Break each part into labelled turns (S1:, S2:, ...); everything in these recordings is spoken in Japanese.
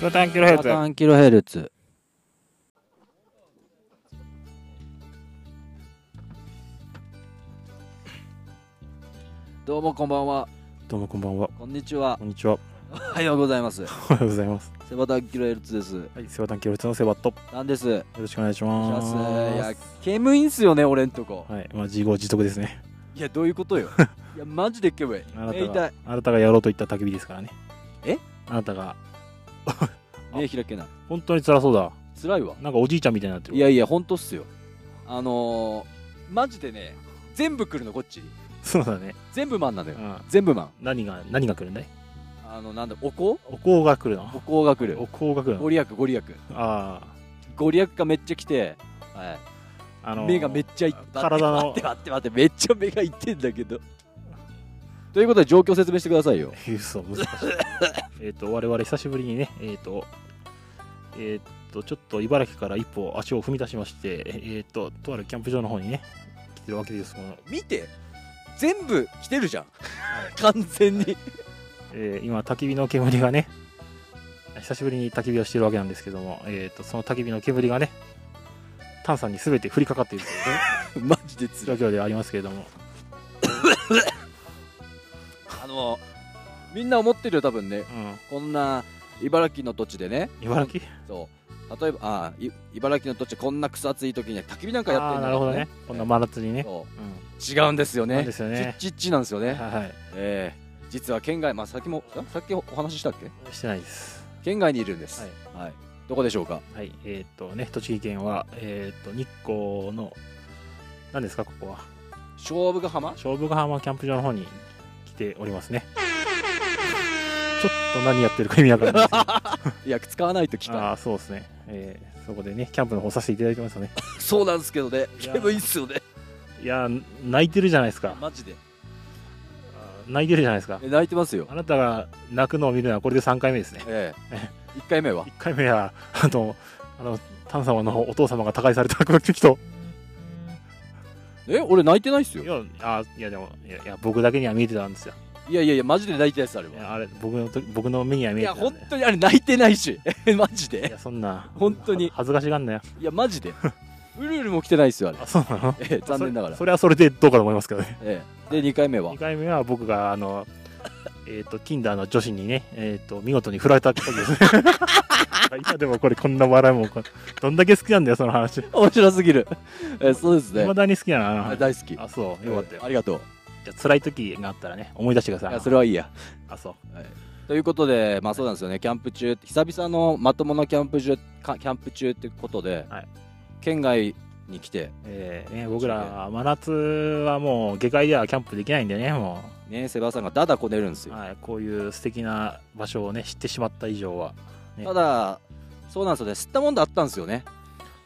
S1: サタンキロヘルツ
S2: サタンキロヘルツ。どうもこんばんは。
S1: どうもこんばんは
S2: こんにちは。
S1: こんにちは
S2: おはようございます。
S1: おはようございます
S2: セバタンキロヘルツです。
S1: はいセバタンキロヘルツのセバットよ
S2: なんです。よ
S1: ろしくお願いし
S2: ろしくお
S1: ま
S2: 願い
S1: す
S2: しますいや、煙いんすよね、俺ん とこ。
S1: はいまあ自業自得ですね
S2: いや、どういうことよ。いや、マジで煙い。
S1: あなた
S2: 目痛
S1: が
S2: い。
S1: あなたがやろうと言った焚き火ですからね
S2: え
S1: あなたが
S2: 目開けない。
S1: 本当に辛そうだ
S2: 辛いわ。
S1: なんかおじいちゃんみたいになってる
S2: いやいや、ほんとっすよ。あのー、マジでね、全部来るの、こっち。
S1: そうだね
S2: 全部マンなの
S1: う
S2: よ。
S1: ん
S2: 全部マン。
S1: 何が何が来るんだい
S2: あの、なんだ、お香
S1: お香が来るの
S2: お香が来る
S1: お。香が来る
S2: ご
S1: の
S2: 利益、ご利益。
S1: あ
S2: ご利益がめっちゃ来て、は
S1: ああの
S2: い、
S1: ー
S2: 目がめっちゃい
S1: 体の
S2: 待って待って待って、めっちゃ目がいってんだけど。ということで、状況説明してくださいよ。
S1: 嘘難しい えっと我々久しぶりにねえっ、とえっ、とちょっと茨城から一歩足を踏み出しましてえっ、ととあるキャンプ場の方にね来てるわけですこの、
S2: 見て全部来てるじゃん。完全に。
S1: えー今焚き火の煙がね久しぶりに焚き火をしてるわけなんですけども、えっとその焚き火の煙がね炭酸に全て降りかかっているというね
S2: マジで辛
S1: 状況
S2: い。
S1: ではありますけれども
S2: あの、みんな思ってるよ、多分ね。
S1: う
S2: こんな、茨城の土地でね。
S1: ん茨城
S2: そう。例えば、あーい茨城の土地、こんな草暑い時に焚き火なんかやって
S1: ああーなるほどねこんな真夏にね、
S2: そう
S1: うん
S2: 違うんですよね。
S1: なんですよね
S2: ちっちっちなんですよね。
S1: はい
S2: えー実は県外、まあ、さっきも、あさっきお話ししたっけ
S1: してないです
S2: 県外にいるんです。はい。どこでしょうか
S1: はい、えっ、とね、栃木県は、えっ、と、日光の、何ですか、ここは。
S2: 勝負ヶ浜
S1: 勝負ヶ浜キャンプ場の方に来ておりますね。ちょっと何やってるか意味わからないです
S2: いや、使わないと聞
S1: けど。あ
S2: か
S1: あ、そうですね。えーそこでね、キャンプの方させていただいてますよね。
S2: ん。そうなんですけどね。
S1: いや
S2: 煙いいっすよね。
S1: いやー、泣いてるじゃないですか。
S2: マジで。
S1: 泣いてるじゃないですか
S2: え。泣いてますよ
S1: あ。なたが泣くのを見るのはこれで3回目ですね。
S2: ええ。1回目は
S1: 1回目は、あの、あの、丹様のお父様が他界された時と、
S2: え、俺泣いてないっす
S1: い
S2: よ。
S1: や、あーいやでもいや、いや、僕だけには見えてたんですよ。
S2: いやいやいや、マジで泣いてないっす、あれ
S1: い
S2: は。
S1: やあれ僕のと僕の目には見
S2: い
S1: えて
S2: や、
S1: たんで
S2: 本当にあれ泣いてないし。マジ
S1: い
S2: で。
S1: やそんな
S2: 本当に
S1: は恥ずかしがんなよ
S2: いや、マジで。ウルウルも来てないっすよ、あれ。
S1: あそうなの
S2: ええ、 残念ながら
S1: そ。れはそれでどうかと思いますけどね
S2: ええ。で、2回目は
S1: 2回目は僕があのえっ、と Tinder の女子にねえっ、と見事に振られた時ですね今でもこれこんな笑いもこれどんだけ好きなんだよその話い
S2: 面白すぎる。ええ、そうですね
S1: ま。だに好きなのあの
S2: あ
S1: 話
S2: 大好き。
S1: あそうよかったよ
S2: ありがとう。
S1: じゃあ辛い時があったらね思い出してください
S2: いや、それはいいや。
S1: あそう
S2: ということで、まあそうなんですよね、キャンプ中、久々のまともなキャンプ中、かキャンプ中ってことで、
S1: はい
S2: 県外に来て、
S1: えーね、僕ら真夏はもう下界ではキャンプできないんでねも
S2: ね、セバさんがダダこねるんです
S1: う、
S2: よ。
S1: はい、こういう素敵な場所をね知ってしまった以上はね
S2: ただ、そうなんですよね、吸ったもんだあったんですよね、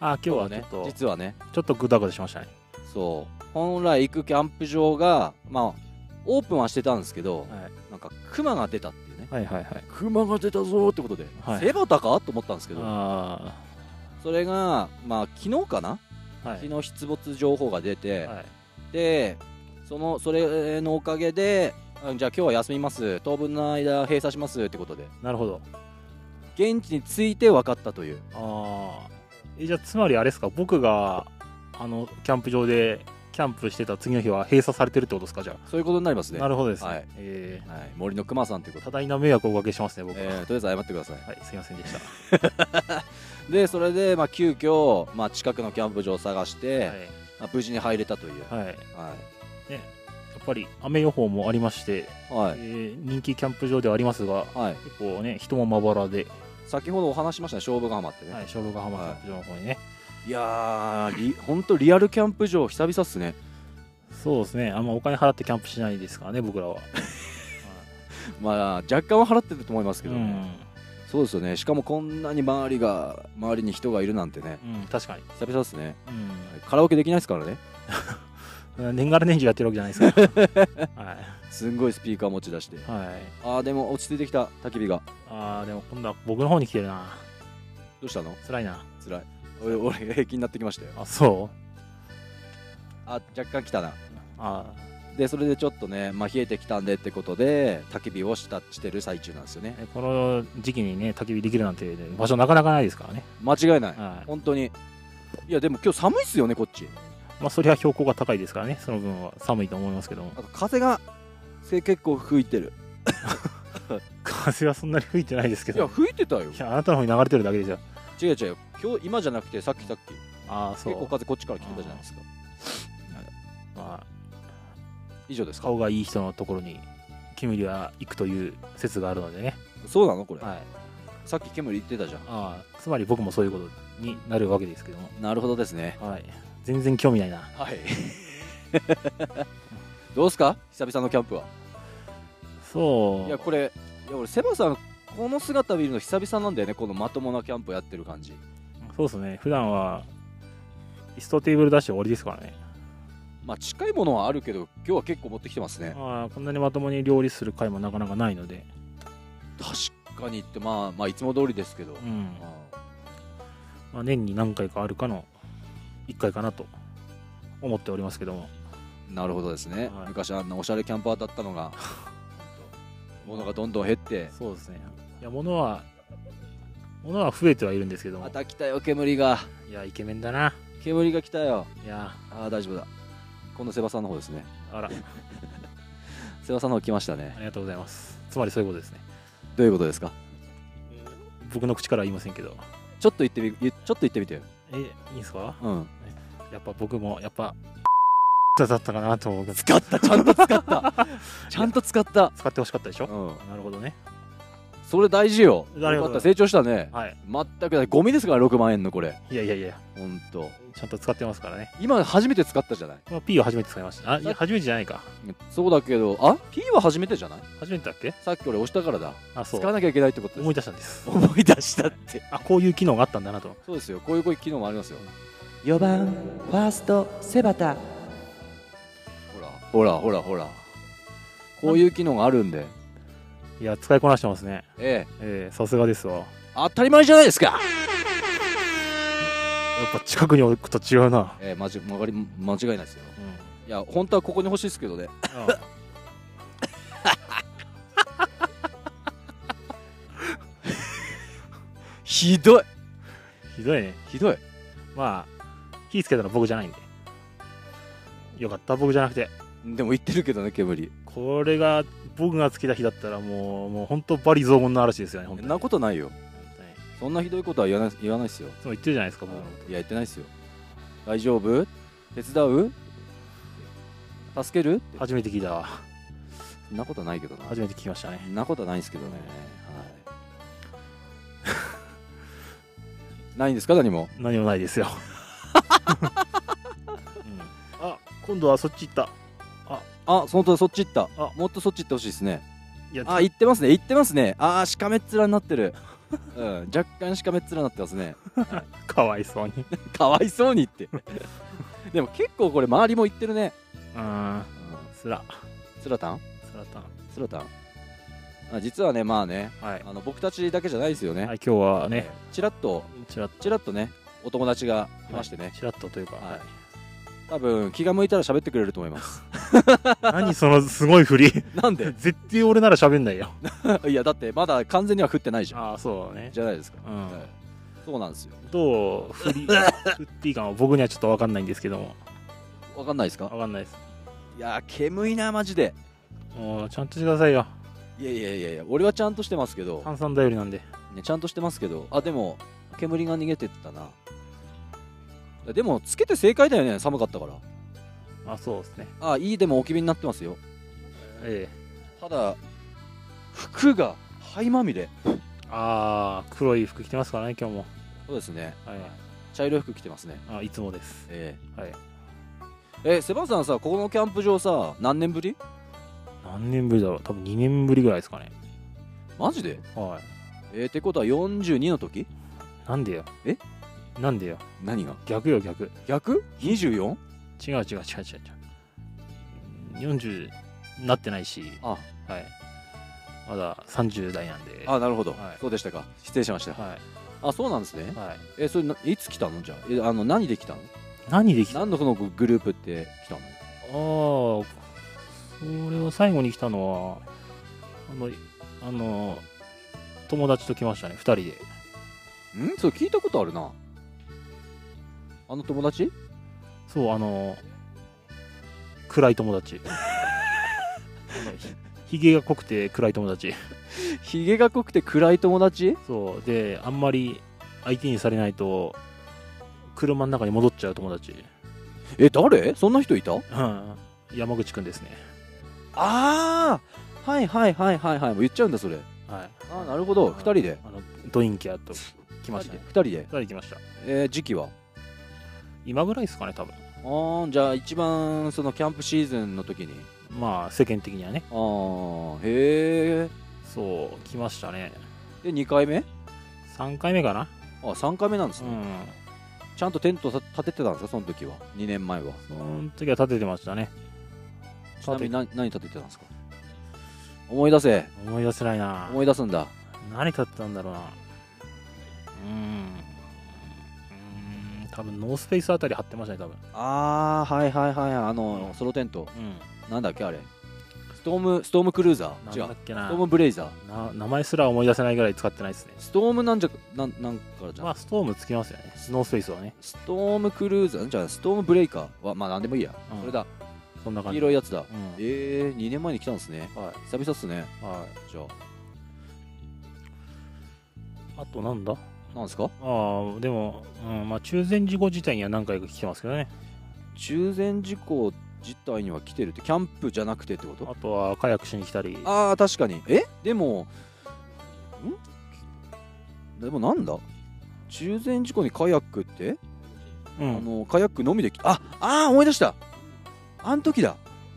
S1: あ今日はちょ
S2: ね
S1: っと、、
S2: 実はね、
S1: ちょっとグダグダしましたね。
S2: そう、本来行くキャンプ場が、まあ、オープンはしてたんですけど、
S1: はい
S2: なんか、熊が出たっていうね、
S1: はいはいはい。
S2: 熊が出たぞーってことで、
S1: はい
S2: セバタかと思ったんですけど、
S1: あ
S2: それが、まあ、昨日かな、
S1: あ、はい。
S2: 昨日出没情報が出て、
S1: はい
S2: でそのそれのおかげであじゃあ今日は休みます当分の間閉鎖しますってことで
S1: なるほど。
S2: 現地について分かったという
S1: ああ。えじゃあ、つまりあれですか、僕が、あの、キャンプ場で、キャンプしてた次の日は閉鎖されてるってことですか、じゃ
S2: そういうことになります
S1: あ。
S2: ね
S1: なるほどですね。
S2: はい
S1: え
S2: はい、森の熊さんというこ
S1: ー
S2: と
S1: 多大な迷惑をおかけしますね、僕は。
S2: えーとりあえず謝ってください
S1: はい、すいませんでした。
S2: でそれで、まあ、急遽、まあ近くのキャンプ場を探して、まあ無事に入れたという
S1: はい。はい。ね、や
S2: は
S1: っぱり雨予報もありまして、
S2: い、はい
S1: えー人気キャンプ場ではありますが、
S2: はい、
S1: 結構ね、人もまばらで、
S2: 先ほどお話しましたね勝負がハマってね、
S1: はい、
S2: い、
S1: 勝負ヶ浜キャンプ場の方にね、
S2: やーり本当リアルキャンプ場久々っすね
S1: そうですね、あんまお金払ってキャンプしないですからね、僕らは。
S2: まあ若干は払ってると思いますけ
S1: う
S2: どね、
S1: ん、
S2: そうですよねしかもこんなに周りが周りに人がいるなんてね
S1: うん、確かに、
S2: 久々ですね
S1: う
S2: カラオケできないですからね
S1: ん、年がら年中やってるわけじゃないですから、はい
S2: すんごいスピーカー持ち出して
S1: はい、
S2: ああでも落ち着いてきた焚き火が
S1: あーでも今度は僕の方に来てるな
S2: どうしたの
S1: 辛いな
S2: 辛い俺俺平気になってきましたよ
S1: あそう
S2: あ若干来たな
S1: あ
S2: でそれでちょっとね、まあ、冷えてきたんでってことで焚き火をしたしてる最中なんですよね
S1: えこの時期にね、焚き火できるなんてね、場所なかなかないですからね。
S2: 間違いない
S1: はい。
S2: 本当にいやでも今日寒いっすよねこっち
S1: まあ、そりゃ標高が高いですからね、その分は寒いと思いますけども
S2: あ。と風がせ結構吹いてる
S1: 風はそんなに吹いてないですけ
S2: いや
S1: ど。
S2: 吹いてたよ
S1: いや、あなたの方に流れてるだけですよ。
S2: 違う違う今日今じゃなくてさっきさっき
S1: ああ、そ
S2: 結構
S1: う。
S2: 風こっちから来てたじゃないですか
S1: まあ、
S2: 以上ですか
S1: 顔がいい人のところに、煙は行くという説があるのでね。
S2: そうなのこれ
S1: はい。
S2: さっき煙言ってたじゃん
S1: ああ、つまり僕もそういうことになるわけですけども。
S2: なるほどですね
S1: はい。全然興味ないな。
S2: はいどうすか久々のキャンプは
S1: そう。
S2: いやこれいや俺セバさんこの姿見るの久々なんだよねこのまともなキャンプやってる感じ
S1: そうですね。普段は、椅子とテーブル出して終わりですからね。
S2: まあ近いものはあるけど今日は結構持ってきてますね
S1: ああこんなにまともに料理する回もなかなかないので。
S2: 確かにってまあまあいつも通りですけど、
S1: うん。
S2: あ
S1: まあ、年に何回かあるかの1回かなと思っておりますけども
S2: ーなるほどですね、
S1: はい
S2: 昔あんなおしゃれキャンパーだった のが物がどんどん減って
S1: そうですねいや物は物は増えてはいるんですけど
S2: ま
S1: も
S2: た来たよ煙が
S1: いやイケメンだな
S2: 煙が来たよ
S1: いや
S2: ああ大丈夫だ今度セバさんの方ですね
S1: あら
S2: セバさんの方来ましたね
S1: ありがとうございますつまりそういうことですね
S2: どういうことですか
S1: 僕の口からは言いませんけど
S2: ちょっと言ってみちょっと言ってみてよ
S1: えいいんすか
S2: うん
S1: やっぱ僕もやっぱだったかなと思う使
S2: 使 ったちゃんと使った ちゃんと使った
S1: 使ってほしかったでしょ
S2: うん
S1: なるほどね
S2: それ大事よ
S1: ありがとうございます
S2: よかった成長したね
S1: はい
S2: 全くだゴミですから6万円のこれ
S1: いやいやいや
S2: ほんと
S1: ちゃんと使ってますからね、
S2: 今初めて使ったじゃない
S1: まあ、P を初めて使いましたあいや初めてじゃないか
S2: そうだけどあ P は初めてじゃない
S1: 初めてだっけ
S2: さっき俺押したからだ
S1: あそ
S2: 使
S1: う
S2: わなきゃいけないってこと
S1: 思い
S2: です
S1: 出したんです
S2: 思い出したって
S1: あこういう機能があったんだなと
S2: そうですよこういうこういう機能もありますよ
S3: 4番ファーストセバタ
S2: ほらほらほらほらこういう機能があるんで
S1: いや使いこなしてますね
S2: ええ
S1: ええさすがですわや
S2: 当たり前じゃないです か
S1: っぱ近くに置くと違うな
S2: ええまじ曲がり間違いないですよ
S1: うん
S2: いや本当はここに欲しいですけどね
S1: あ
S2: ひどい
S1: ひどいね
S2: ひどい
S1: まあ火つけたの僕じゃないんでよかった僕じゃなくて
S2: でも言ってるけどね煙
S1: これが僕がつけた日だったらもうもう本当バリ雑言の嵐ですよね本当
S2: そ
S1: に
S2: んなことないよ
S1: 本当にい
S2: そんなひどいことは言わない言わないですよ
S1: つも言ってるじゃないですか僕のこ
S2: いや言ってないですよ大丈夫手伝う助ける
S1: と初めて聞いたわ
S2: そんなことないけどな
S1: 初めて聞きましたね
S2: そんなことないんですけどね、はい ないんですか何も
S1: 何もないですよ、 うん、あ今度はそっち行った
S2: あ本当だそっち行った
S1: あ
S2: もっとそっち行ってほしいですね
S1: いや
S2: あ行ってますね行ってますねあーしかめっ面になってる、うん、若干しかめっ面になってますね
S1: かわいそうに
S2: かわいそうにって でも結構これ周りも言ってるね、
S1: うん
S2: う
S1: つら
S2: ん、スラタン
S1: つらたん
S2: スラタンあ実はねまあね
S1: はい
S2: あの僕たちだけじゃないですよね、
S1: はい、今日はね、
S2: ちらっと
S1: ちらっ
S2: ちらっとねお友達が
S1: と
S2: いましてね、
S1: ちらっとというか、
S2: はい多分気が向いたら喋ってくれると思います
S1: 何そのすごい振り
S2: なん で
S1: 絶対俺なら喋んないよ。
S2: いやだってまだ完全には降ってないじゃん
S1: ああ、そうね。
S2: じゃないですか、
S1: うん
S2: はいそうなんですよ
S1: どう振 り、振っていいかは僕にはちょっと分かんないんですけども。
S2: わかんないですか
S1: 分かんないです。
S2: いやー煙いなマジで
S1: もう、ちゃんとしてくださいよ。
S2: いやいやいやいや俺はちゃんとしてますけど、
S1: 炭酸頼りなんで。
S2: ね、ちゃんとしてますけどあでも煙が逃げてったないやでもつけて正解だよね寒かったから
S1: あそうですね。
S2: あいいでもおきびになってますよ
S1: え
S2: ただ服が灰まみれ
S1: えああ、黒い服着てますからね、今日も。
S2: そうですね
S1: はい。
S2: 茶色い服着てますね
S1: あいつもです。
S2: ええ
S1: はい。
S2: えセバンさんさここのキャンプ場さ何年ぶり
S1: 何年ぶりだろう多分2年ぶりぐらいですかね。
S2: マジで
S1: はい。
S2: えー、ってことは42の時
S1: なんでよ。
S2: え
S1: なんでよ。
S2: 何が
S1: 逆よ、逆。違う
S2: 逆 ?24?
S1: 違う違う違う違う。40なってないし。
S2: あ
S1: はい。まだ30代なんで。
S2: あなるほど、
S1: はい
S2: そうでしたか失礼しました、
S1: は
S2: あそうなんですね
S1: い。はい。
S2: えそれないつ来たのじゃあえあの何で来たの
S1: 何できたあ
S2: 何のそのグループって来たの
S1: あー、俺は最後に来たのはあのあの友達と来ましたね2人で
S2: んそれ聞いたことあるなあの友達
S1: そうあの暗い友 達あのひひげが濃くて暗い友達
S2: ひげが濃くて暗い友達
S1: そうであんまり相手にされないと車の中に戻っちゃう友達、
S2: え誰そんな人いた
S1: うん、山口くんですね
S2: ああはいはいはいはいはいもう言っちゃうんだそれ
S1: はい
S2: ああなるほど
S1: うん
S2: 2人で
S1: あのドインキャーと来ましたね
S2: 2人で
S1: 2人で来ました
S2: えー時期は
S1: 今ぐらいですかね多分
S2: ああじゃあ一番そのキャンプシーズンの時に
S1: まあ世間的にはね
S2: ああへえ
S1: そう来ましたね
S2: で2回目
S1: 3回目かな
S2: あ3回目なんです
S1: う
S2: ね、
S1: ん
S2: ちゃんとテントさ立ててたんですかその時は2年前は
S1: その時は立ててましたね
S2: ちなみに何何立ててたんですか思い出せ
S1: 思い出せないな
S2: 思い出すんだ
S1: 何立ってたんだろうなうーんうーん多分ノースペースあたり貼ってましたね多分
S2: ああはいはいはいあのソロテン
S1: う
S2: ト
S1: ん
S2: なんだっけあれストームストームクルーザ
S1: なん
S2: ー違
S1: だ
S2: う
S1: っけ
S2: ス
S1: な
S2: トームブレイザー
S1: な名前すら思い出せないぐらい使ってないですね
S2: ストームなんじゃなんなんからじゃん、
S1: まあストームつきますよねノースペースはね
S2: ストームクルーザーじゃあストームブレイカーはまあなんでもいいや、
S1: うん
S2: それだ
S1: そんな感
S2: 黄
S1: じ
S2: 色いやつだ、
S1: うん
S2: えー、2年前に来たんですね
S1: は
S2: 久々っすね
S1: いは
S2: じゃ
S1: いあとなんだ
S2: あなんですか
S1: ああでも、うんまあ、中禅寺湖自体には何回か来てますけどね
S2: 中禅寺湖自体には来てるってキャンプじゃなくてってこと
S1: あとはカヤックしに来たり
S2: ああ確かにえでもんでもなんだ中禅寺湖にカヤックって
S1: う
S2: あ
S1: ん
S2: のカヤックのみで来ああー思い出したあん時だ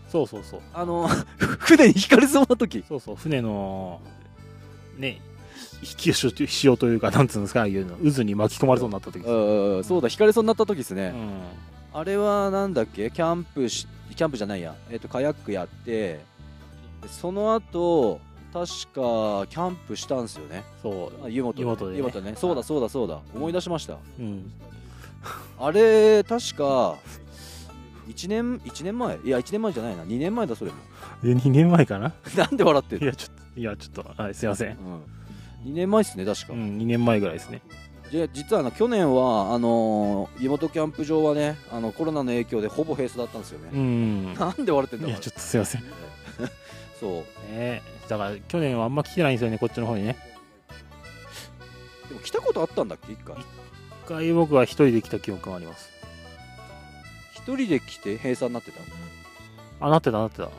S1: そうそうそう
S2: あの 船に引かれそうな時
S1: そうそう船のね引き潮と潮というかなんつうんですかああいうの渦に巻き込まれそうになった時
S2: うんうんうんそうだ引かれそうになった時ですね
S1: う、ん
S2: あれはなんだっけキャンプしキャンプじゃないや、えっとカヤックやってでその後確かキャンプしたんですよね
S1: そ
S2: あ
S1: う
S2: 湯本
S1: 湯本でね
S2: 湯本ねそうだそうだそうだ思い出しました
S1: うん
S2: あれ確か1年1年前いや1年前じゃないな2年前だそれも
S1: で2年前かな
S2: なんで笑って
S1: い
S2: る、
S1: やちょっといやちょっとはいすいません
S2: うん、2年前っすね確か、
S1: うん2年前ぐらいですね
S2: じゃあ実はあの去年はあのー湯本キャンプ場はねあのコロナの影響でほぼ閉鎖だったんですよね
S1: う、ん
S2: なんで笑ってんだ
S1: い
S2: ろ
S1: やちょっとすいませんね
S2: そう
S1: えだから去年はあんま来てないんですよねこっちの方にね
S2: でも来たことあったんだっけ一回
S1: 一回僕は一人で来た記憶があります
S2: 一人で来て閉鎖になってた
S1: あなってたなってた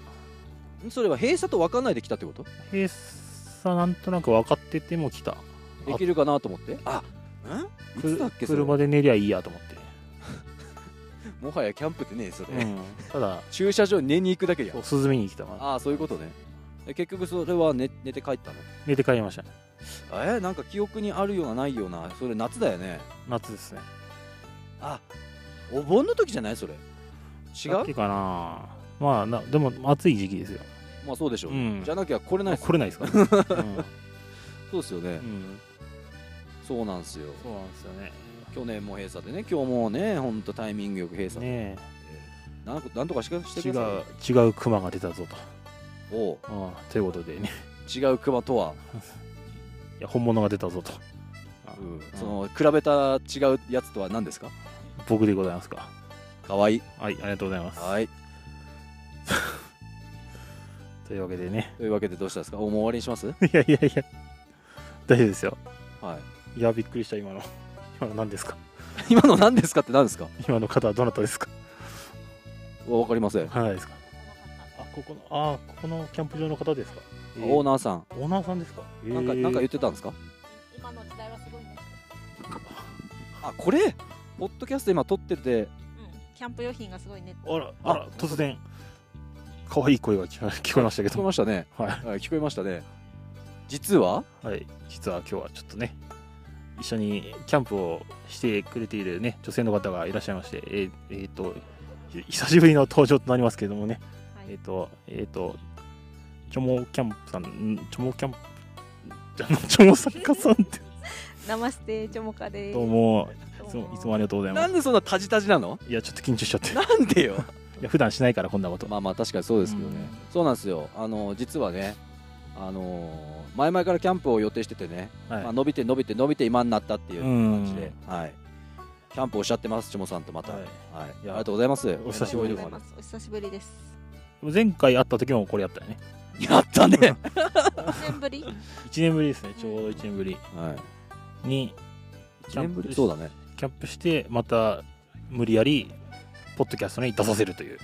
S2: んそれは閉鎖と分かんないで来たってこと
S1: 閉鎖なんとなく分かってても来た
S2: できるかなと思ってあんいつだっけそれ
S1: 車
S2: も
S1: で寝りゃいいやと思って、
S2: はやキャンプってねえそれ、
S1: うん、ただ
S2: 駐車場に寝に行くだけじゃん
S1: そう涼みに来たから
S2: ああそういうことねえ結局それは寝寝て帰ったの
S1: 寝て帰りましたね
S2: えーなんか記憶にあるようなないようなそれ夏だよね
S1: 夏ですね
S2: あお盆の時じゃないそれ違
S1: だっ
S2: う
S1: けかなまあなでも暑い時期ですよ
S2: まあそうでしょう、
S1: うん
S2: じゃなきゃ来れないっす
S1: 来れないです から、ね
S2: そうですよね
S1: うん、うん
S2: そうなんですよ
S1: そうなんですよね
S2: 去年も閉鎖でね今日もねほんとタイミングよく閉鎖、
S1: ね
S2: なんなんとかしてし
S1: え
S2: て
S1: 違
S2: くださ
S1: う違うクマが出たぞと
S2: いおう
S1: ああということでね
S2: 違うクマとは、
S1: いや本物が出たぞとあ
S2: その比べた違うやつとは何ですか
S1: 僕でございますか
S2: かわいい
S1: はいありがとうございます
S2: はい
S1: というわけでね
S2: というわけでどうしたんですかおもう終わりにしますはい
S1: やいやいや大丈夫ですよいやびっくりした今の今の何ですか
S2: い 今の何ですかって何ですか
S1: 今の方はどなたですか
S2: わかりません、
S1: はいですかあここのあここのキャンプ場の方ですか、
S2: オー
S1: ナ
S2: ナーさん
S1: ーオーナーさんですか
S2: なんか
S1: えー
S2: なんか言ってたんですか
S4: 今の時代はすごいね、
S2: あこれポッドキャスト今撮ってて
S4: うん、キャンプ用品がすごいね
S1: あら、あら、突然、可愛い声が聞こえ聞こえましたけ
S2: 聞こえ
S1: ど、
S2: ましたね
S1: は、
S2: はい聞こえましたね実はい
S1: はい、実は今日はちょっとね、一緒にキャンプをしてくれているね、女性の方がいらっしゃいまして、えーえーと、ひ久しぶりの登場となりますけれどもね、
S4: はい
S1: えっ、と、えっ、と、チョモキャンプさん、んチョモキャンプ、じゃあチョモ作家さんって、
S4: ナマステチョモカです
S1: どうも、い
S4: どう
S1: つもいつもありがとうござい
S2: な
S1: ま
S2: ん
S1: す。
S2: でそんなタジタジなの
S1: いや、ちょっと緊張しちゃって、
S2: なんでよ
S1: いや普段しないからこんなこと、
S2: まあまあ確かにそうですけどね、そうなんですよあの実はねあの前々からキャンプを予定しててね、
S1: はい
S2: まあ、伸びて伸びて伸びて今になったっていう感じで、
S1: う
S2: はい、キャンプをおっしゃってますちもさんとまた、
S1: は
S2: はい
S1: い
S2: ありがとうございます
S1: お久しぶりで
S4: あ
S1: す
S4: りがとうございますお久しぶりです
S1: 前回会った時もこれやったよね
S2: やった ね、
S4: 1年ぶり
S1: 1年ぶりですねちょうど1年ぶり
S2: はい、
S1: にキャンプし
S2: そうだね
S1: キャンプしてまた無理やりポッドキャストに出させるという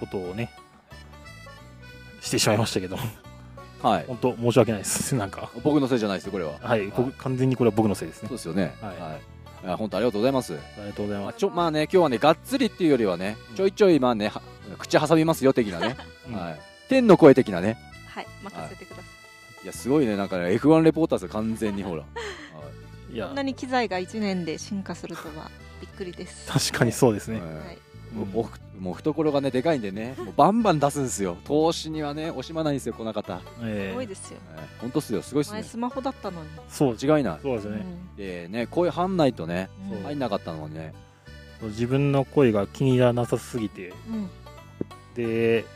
S1: ことをねしてしまいましたけど
S2: はい
S1: 本当申し訳ないです なんか
S2: 僕のせいじゃないですよこれは
S1: はい、こ完全にこれは僕のせいです
S2: そう
S1: ね
S2: ですよね
S1: はい
S2: はいいや本当ありがとうございます
S1: ありがとうござい
S2: ま
S1: ま
S2: あ、
S1: す、
S2: ちょまあね今日はねがっつりっていうよりはねちょいちょいまあねは口挟みますよ的なね、
S1: うん
S2: はい、天の声的なね
S4: はい任せてください、
S2: いやすごいねなんかね F1 レポーターズ完全にほ ら、はい
S1: いや
S4: こんなに機材が1年で進化するとはびっくりです、
S1: 確かにそうですね、
S4: はい、
S1: う
S2: もうん僕もう懐がねでかいんでねもうバンバン出すんですよ投資にはね惜しまないんですよこの方、はい、
S1: え
S4: す
S1: え
S4: ごいですよ
S2: 本当っすよすごいっす
S4: 前
S2: ね
S4: スマホだったのに、
S1: そう
S2: 間違いない
S1: そうですね、
S2: でね声入んないとね
S4: うん
S1: そう
S2: 入んなかったのにね
S1: 自分の声が気に入らなさすぎて
S4: うんうん
S1: で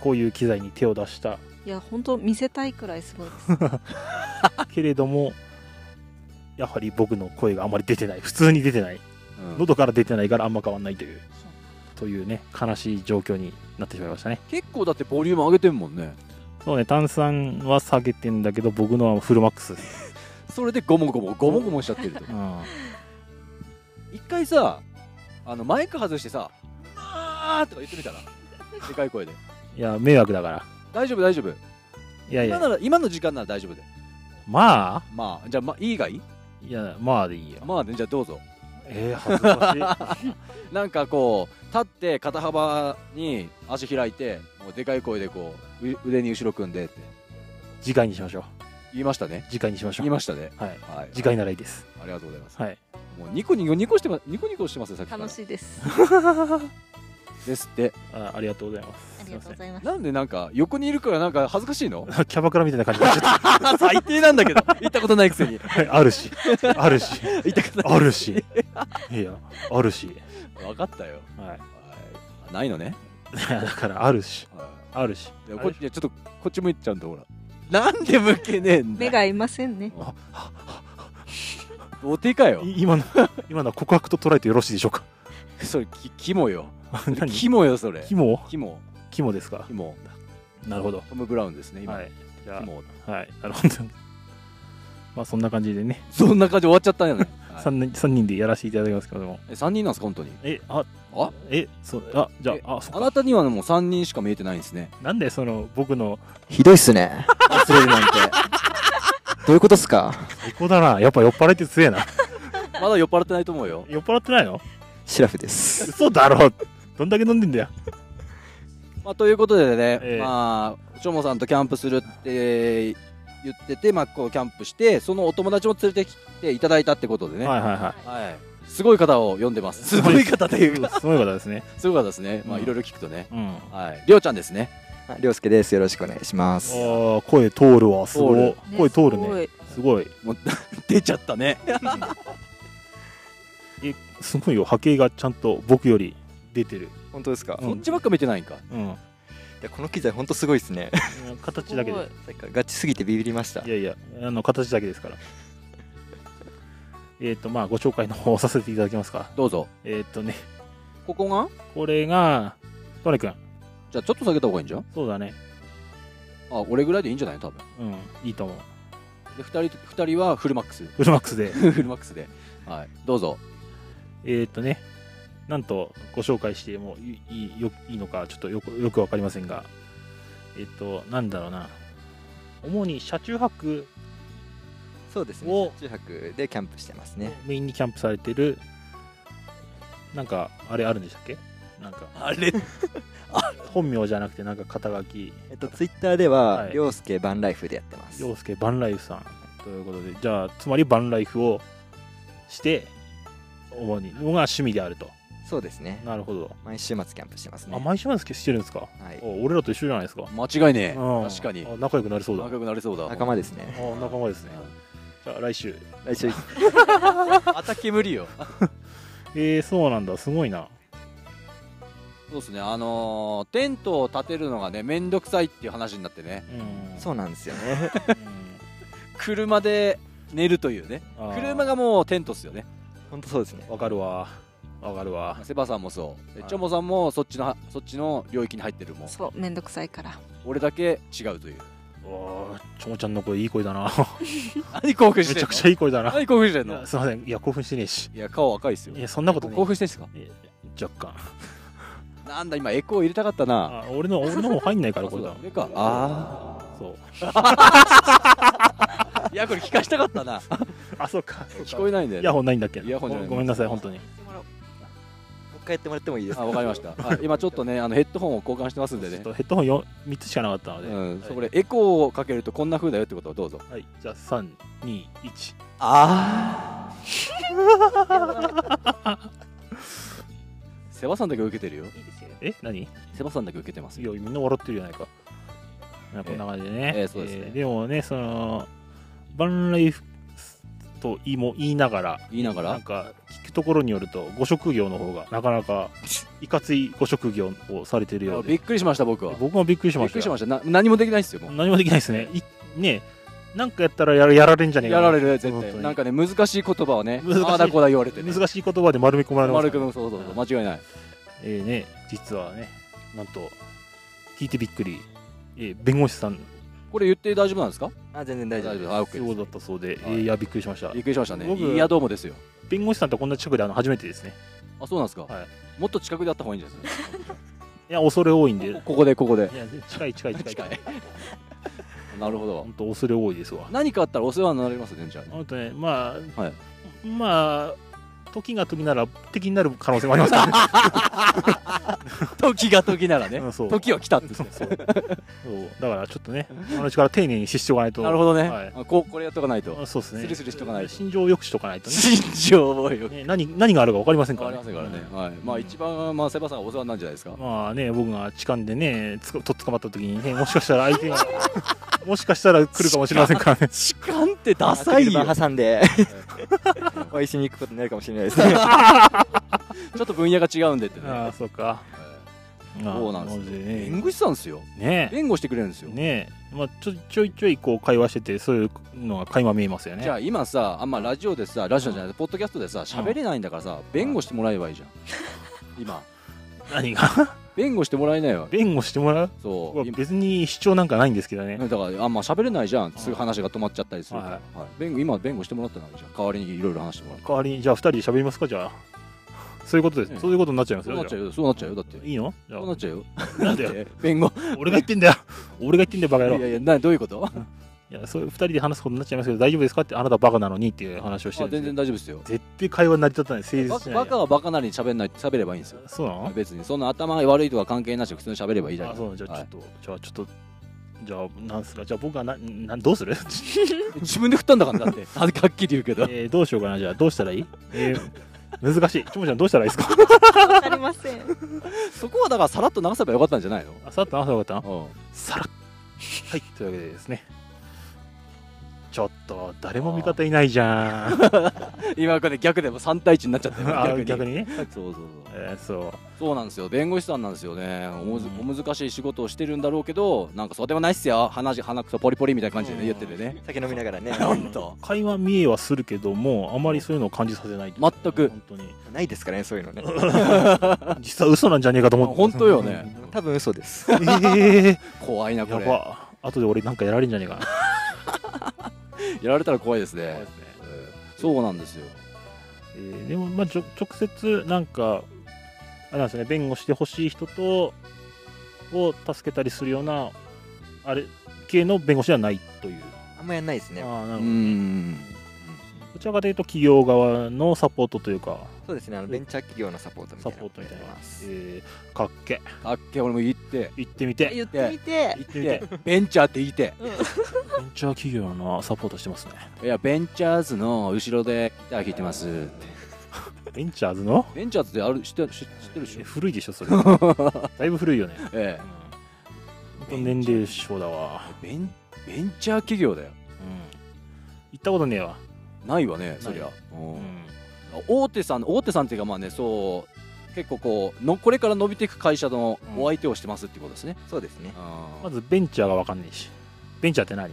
S1: こういう機材に手を出した
S4: いや本当見せたいくらいすごいです
S1: けれどもやはり僕の声があまり出てない普通に出てない
S2: うん
S1: 喉から出てないからあんま変わんないというというね悲しい状況になってしまいましたね
S2: 結構だってボリューム上げてるもんね
S1: そうね炭酸は下げてんだけど僕のはフルマックス、
S2: それでゴモゴモゴモゴモしちゃって ると
S1: うん、
S2: 一回さあのマイク外してさ「うわー」とか言ってみたらでかい声で
S1: いや迷惑だから
S2: 大丈夫大丈夫
S1: いやい
S2: 今
S1: や
S2: なら今の時間なら大丈夫で
S1: まあ
S2: まあじゃあ、まあ、いいがいい
S1: いやまあでいいよ、
S2: まあねじゃあどうぞ
S1: えー、恥ずか
S2: なんかこう立って肩幅に足開いてもうでかい声でこうう腕に後ろ組んでって
S1: しい次回にしましょう
S2: 言いましたね
S1: 次回にしましょ
S2: 言いうましたね
S1: はい
S2: はい
S1: 次回ならいいです
S2: ありがとうございます
S1: はい
S2: もうニコニコニコしてますニコニコしてますよさっきから
S4: 楽し いです
S2: ですって
S1: あありがとうございます
S4: ありがとうご
S1: い
S4: ざいます
S2: なんでなんか横にいるからなんか恥ずかしいの
S1: ませんキャバクラみたいな感じになっちゃっ
S2: 最低なんだ けど行ったことないくせに
S1: たあるしあるし
S2: 行ったことな
S1: あ
S2: い
S1: るしいやあるし
S2: 分かったよ
S1: はい
S2: はいないのね、
S1: いやだからあるし
S2: は
S1: あるし
S2: い、でもこっちいやちょっとこっち向いちゃうんだほらなんで向けねえんだ
S4: 目が合いませんね
S2: あお手かよ
S1: い今の 今のは告白と捉えてよろしいでしょうか
S2: それき肝 よ
S1: 何
S2: 肝よそれ
S1: 肝
S2: 肝
S1: 肝ですか
S2: 肝
S1: なるほど
S2: トム・ブラウンですね今、
S1: はいじゃ
S2: 肝
S1: あはいなるほど まあそんな感じでね、
S2: そんな感じで終わっちゃったんやね、はい
S1: 三人三人でやらせていただきますけども
S2: え3人なんですか本当に
S1: えあ
S2: あ
S1: えそうあじゃ
S2: え
S1: ああそ
S2: あ
S1: っ
S2: な
S1: か
S2: たにはもう3人しか見えてないんですね
S1: なんでその僕の
S3: ひどいっすね忘れるなんて どういうことっすか
S1: 最高だなやっぱ酔っ払いって強えな
S2: まだ酔っ払ってないと思うよ
S1: 酔っ払ってないの
S3: シラフです
S1: 嘘だろどんだけ飲んでんだよ
S2: まあ、ということでね、
S1: ええ
S2: まあ、しょもさんとキャンプするって言ってて、まあ、こうキャンプして、そのお友達も連れてきていただいたってことでね、
S1: はいはいは
S2: はいすごい方を読んで ます。すごい方というか、
S1: いすごい方ですね
S2: すごい方ですね。まあ、
S1: うん
S2: いろいろ聞くとね。
S1: うん
S2: はい。りょうちゃんですね。
S3: ありょうすけですよろしくお願いします
S1: ああ声通るわすごい
S4: ね
S1: 声通る
S4: すご
S1: ね
S4: い
S1: すごい
S2: もう、出ちゃったね。
S1: えすごいよ波形がちゃんと僕より出てる
S3: 本当ですか、
S1: うん
S2: そっちばっか見てないんか。
S1: うん
S3: いやこの機材本当すごいっすね
S1: 形だけで
S4: すごい
S3: なんかガチすぎてビビりました
S1: いやいやあの形だけですからえっとまあご紹介の方をさせていただきますか
S2: どうぞ。
S1: えっ、とね
S2: ここが
S1: これがトレくん
S2: じゃあ、ちょっと下げた方がいいんじゃん
S1: そうだね
S2: あ、俺ぐらいでいいんじゃない多分。
S1: うんいいと思う
S2: で、二人、二人はフルマック ス。
S1: ウルマックスで
S2: フルマックスで。はい。どうぞ。
S1: えっとねなんとご紹介してもいいいいよいいのかちょっとよくよくわかりませんがえっ、となんだろうな主に車中泊
S3: そうです
S1: お
S3: ね車中泊でキャンプしてますね
S1: メインにキャンプされてるなんかあれあるんでしたっけなんか
S2: あれ
S1: 本名じゃなくてなんか肩書き
S3: えっとツイッターでは、
S1: はい
S3: りょうすけバンライフでやってます
S1: 陽介バンライフさんということでじゃあつまりバンライフをして主にのが趣味であると
S3: そうですね
S1: なるほど
S3: 毎週末キャンプしてますね
S1: あ毎週なんですけどしてるんですか
S3: はい
S1: お俺らと一緒じゃないですか
S2: 間違いねえ。
S1: うん
S2: 確かに。
S1: あ仲良くなりそうだ
S2: 仲良くなれそうだ。
S3: 仲間ですね
S1: あ仲間ですねじゃあ来週
S3: 来 週
S2: また煙よ。
S1: えー、そうなんだすごいな
S2: そうですね、あのーテントを建てるのがね、めんどくさいっていう話になってね、
S1: うん
S3: そうなんですよ ね
S2: 車で寝るというね、
S1: うんあー
S2: 車がもうテントっすよね。
S3: 本当そうですね
S1: わかるわわかるわ
S2: セバさんもそう、で
S1: はい
S2: チョモさんもそっちのはそっちの領域に入ってるもん
S4: そうめんどくさ いから
S2: 俺だけ違うという
S1: おーちょもちゃんの声いい声だな
S2: 何興奮
S1: め
S2: してんの
S1: ちゃくちゃいい声だな
S2: 何興奮してん
S1: い
S2: の
S1: やすいませんいや興奮してねえし
S2: いや顔赤いっすよ
S1: いやそんなこと
S2: 興
S1: ね
S2: 奮してんすか
S1: え若干
S2: なんだ今エコー入れたかったな
S1: あ俺の俺の方入んないからこれだ
S2: あそうだこれかあ
S1: そう
S2: あいやこれ聞かしたかったな
S1: あそうか
S2: 聞こえないんだ
S1: イ
S2: よ
S1: ヤ
S2: ね
S1: ホンないんだっけ
S2: イヤホンじゃない
S1: ごめんなさい本当に
S3: もう一回やってもらってもいいですか
S2: あわかりましたあ今ちょっとねあのヘッドホンを交換してますんで
S1: ちょっ
S2: ね
S1: とヘッドホン 3, つしかなかったので、
S2: うん、
S1: はい
S2: そこでエコーをかけるとこんな風だよってことをどうぞ
S1: はい、じゃあ321
S3: あ
S2: セバさんだけ受けてるよ
S4: いいですよ
S1: え何い
S2: セバさんだけ受けてます
S1: や
S2: よ
S1: みんな笑ってるじゃないかなんかこんな感じでね、
S2: ええそうですね
S1: でもねそのバンライフと言いも言いながら
S2: 言いなが
S1: な
S2: ら
S1: んか聞くところによるとご職業の方がなかなかいかついご職業をされてるよう
S2: び
S1: で
S2: っくりしました僕はびっ
S1: 僕もびっくりしまし
S2: く
S1: た
S2: りしま
S1: よ
S2: したな何もできないっすよもう
S1: 何もできないですねいねえなんかやったらやらやられんじゃねえか
S2: やられる絶
S1: 本当
S2: 対
S1: に
S2: なんかね難しい言葉をね
S1: 難しい
S2: ああだこうだ言われてね
S1: 難しい言葉で丸め込まれま
S2: 丸
S1: す
S2: く
S1: から
S2: んそうそうそう間違いない
S1: えーね、実はね、なんと、聞いてびっくり、えー弁護士さん
S2: これ言って大丈夫なんですか
S3: ーあ全然大丈夫です
S2: あ OK
S1: ということだったそうで、
S2: はい
S1: えーいや、びっくりしました
S2: び。っくりしましたね
S1: 僕
S2: いやどうもですよ
S1: 弁護士さんとこんな近くであの初めてですね。
S2: あそうなんですか、
S1: はい
S2: もっと近くであった方がいいんじゃないです
S1: いや、恐れ多い んで、いや
S2: か、ここでここで
S1: 近い近い近い
S2: 近いなるほど
S1: 本当、恐れ多いですわ。
S2: 何かあったらお世話になりますねじゃあね
S1: 本当ね、まあ、
S2: はい
S1: まあ、時が時なら敵になる可能性もあります からね。
S2: 時が時ならね
S1: うんそう
S2: 時は来たって
S1: そうそうそうだから、ちょっとね、あのうちから丁寧にししておかないと。
S2: なるほどね、
S1: はい
S2: あこうこれやっとかない と
S1: あそうですね。
S2: スリスリしとかないと
S1: 心情を抑止しとかない とね。
S2: 心情をよく
S1: ね何何があるか分かりませんか
S2: 変わ
S1: ら
S2: り
S1: ね。
S2: ませんからね、
S1: うん
S2: はいまあ一番、まあ、セバさんがお世話になるんじゃないですか、
S1: まあね、僕が痴漢でね、つかとっ捕まった時にね、もしかしたら相手が、もしかしたら来るかもしれませんからね。
S2: 痴漢ってダサいよ
S3: 車挟ん でお会いしに行くことになるかもしれない ですね
S2: ちょっと分野が違うんでってね
S1: ああ、そうか。
S2: そうなんです
S1: まあな
S2: よ
S1: ので
S2: 弁
S1: ね。
S2: 護士さんですよ
S1: ね
S2: 弁護してくれるんですよ、
S1: ねまあ、ちょちょいちょいこう会話してて、そういうのが垣間見えますよね。
S2: じゃあ今さあんまラジオでさラジオじゃない、ポッドキャストでさ喋れないんだからさ弁護してもらえばいい じゃん、今
S1: 何が
S2: 弁護してもらえないよ
S1: 弁護してもらう
S2: そう今
S1: 別に主張なんかないんですけどね。
S2: だからあんま喋れないじゃん
S1: ん
S2: すぐ話が止まっちゃったりするから、
S1: はい
S2: はい弁護今弁護してもらったのにじゃあ代わりにいろいろ話してもらう
S1: 代わりに、じゃあ二人で喋りますか、じゃあ。そういうことです。
S2: うん
S1: そういうことになっちゃいます
S2: そう
S1: よ。
S2: なっちゃ
S1: じ
S2: うよそうなっちゃうよだって
S1: ゃあいいのじゃあ
S2: そうなっちゃうよ
S1: なんだよ。
S2: 弁護
S1: 俺が言ってんだよ。俺が言ってんだよ、バカ
S2: い
S1: 野郎。
S2: やいやなどういう ことあ
S1: いや、そういう二人で話すことになっちゃいますけど、大丈夫ですかって、あなたバカなのにっていう話をしてるん
S2: 全
S1: ですけ
S2: 然
S1: ど
S2: 大丈夫ですよ
S1: 絶対会話成り立たない、成
S2: バ
S1: 立しない。
S2: バカはバカなりに喋んない喋ればいいんですよ
S1: そうなの
S2: 別にそんな頭悪いとか関係なし普通に喋ればいいじゃん
S1: あ、そうなのじゃあ
S2: は
S1: ちょっ
S2: い
S1: と、じゃあちょっと、じゃあ、なんすか、じゃあ僕はな、なんどうす る、
S2: 自分で振ったん だからだってはっきり言うけど
S1: えーどうしようかな、じゃあ、どうしたらいいえー難しい。ちもちゃん、どうしたらいいですか
S4: わかりません
S2: そこはだからさらっと流せばよかったんじゃないの
S1: あさっと、あさよかったな
S2: うん
S1: さらっはい、というわけでですね。ちょっと、誰も味方いないじゃん。
S2: 今これ逆でも3対1になっちゃったよ
S1: あ
S2: 逆に
S1: 逆にね。
S2: そうそうそう
S1: えーそう。
S2: そうなんですよ弁護士さんなんですよねおむず、
S1: うん
S2: お難しい仕事をしてるんだろうけどなんかそうでもないっすよ話鼻くそポリポリみたいな感じで、ね
S1: うん
S2: 言っててね
S3: 酒飲みながら ね
S2: ほんと
S1: 会話見えはするけども、あまりそういうのを感じさせないというか。
S2: 全く
S1: 本当に。
S3: ないですからねそういうの ね
S1: 実は嘘なんじゃねえかと思って。
S2: 本当よね
S3: 多分嘘です
S1: ええ
S2: 怖いな こ
S1: や
S2: れ
S1: ば。後で俺なんかやられるんじゃねえかな。
S2: やられたら怖いですねそうなんですよ
S1: えーでも、まあ、じょ直接なんかあれなんですよね弁護してほしい人とを助けたりするようなあれ系の弁護士ではないという、
S3: あんまやんないですね
S1: ああな
S2: う
S1: るほど
S2: んうん
S1: どちらかというと企業側のサポートというか
S3: そうですねあのベンチャー企業のサポートみ
S1: サ
S3: たいな
S1: ポートみたいな
S3: やってます、
S1: えーかっけ
S2: かっけえ俺も言って
S1: 行ってみて
S4: 言ってみて
S2: 言っ
S1: 言って
S2: てベンチャーって言って
S1: ベンチャー企業のサポートしてますね
S2: いやベンチャーズの後ろでギター弾いてますって
S1: ベンチャーズの
S2: ベンチャーズってある知って知ってるでし
S1: え
S2: ょ
S1: 古いでしょ それだいぶ古いよね、
S2: え
S1: うん、年齢層だわ、
S2: えベンベンチャー企業だよ
S1: うん、行ったことねえわ、
S2: ないわねそりゃ、うん
S1: うん
S2: 大手さん大手さんっていうかまあねそう結構こうのこれから伸びていく会社のお相手をしてますってことですね、
S3: そうですね
S1: まずベンチャーが分かんないしベンチャーって何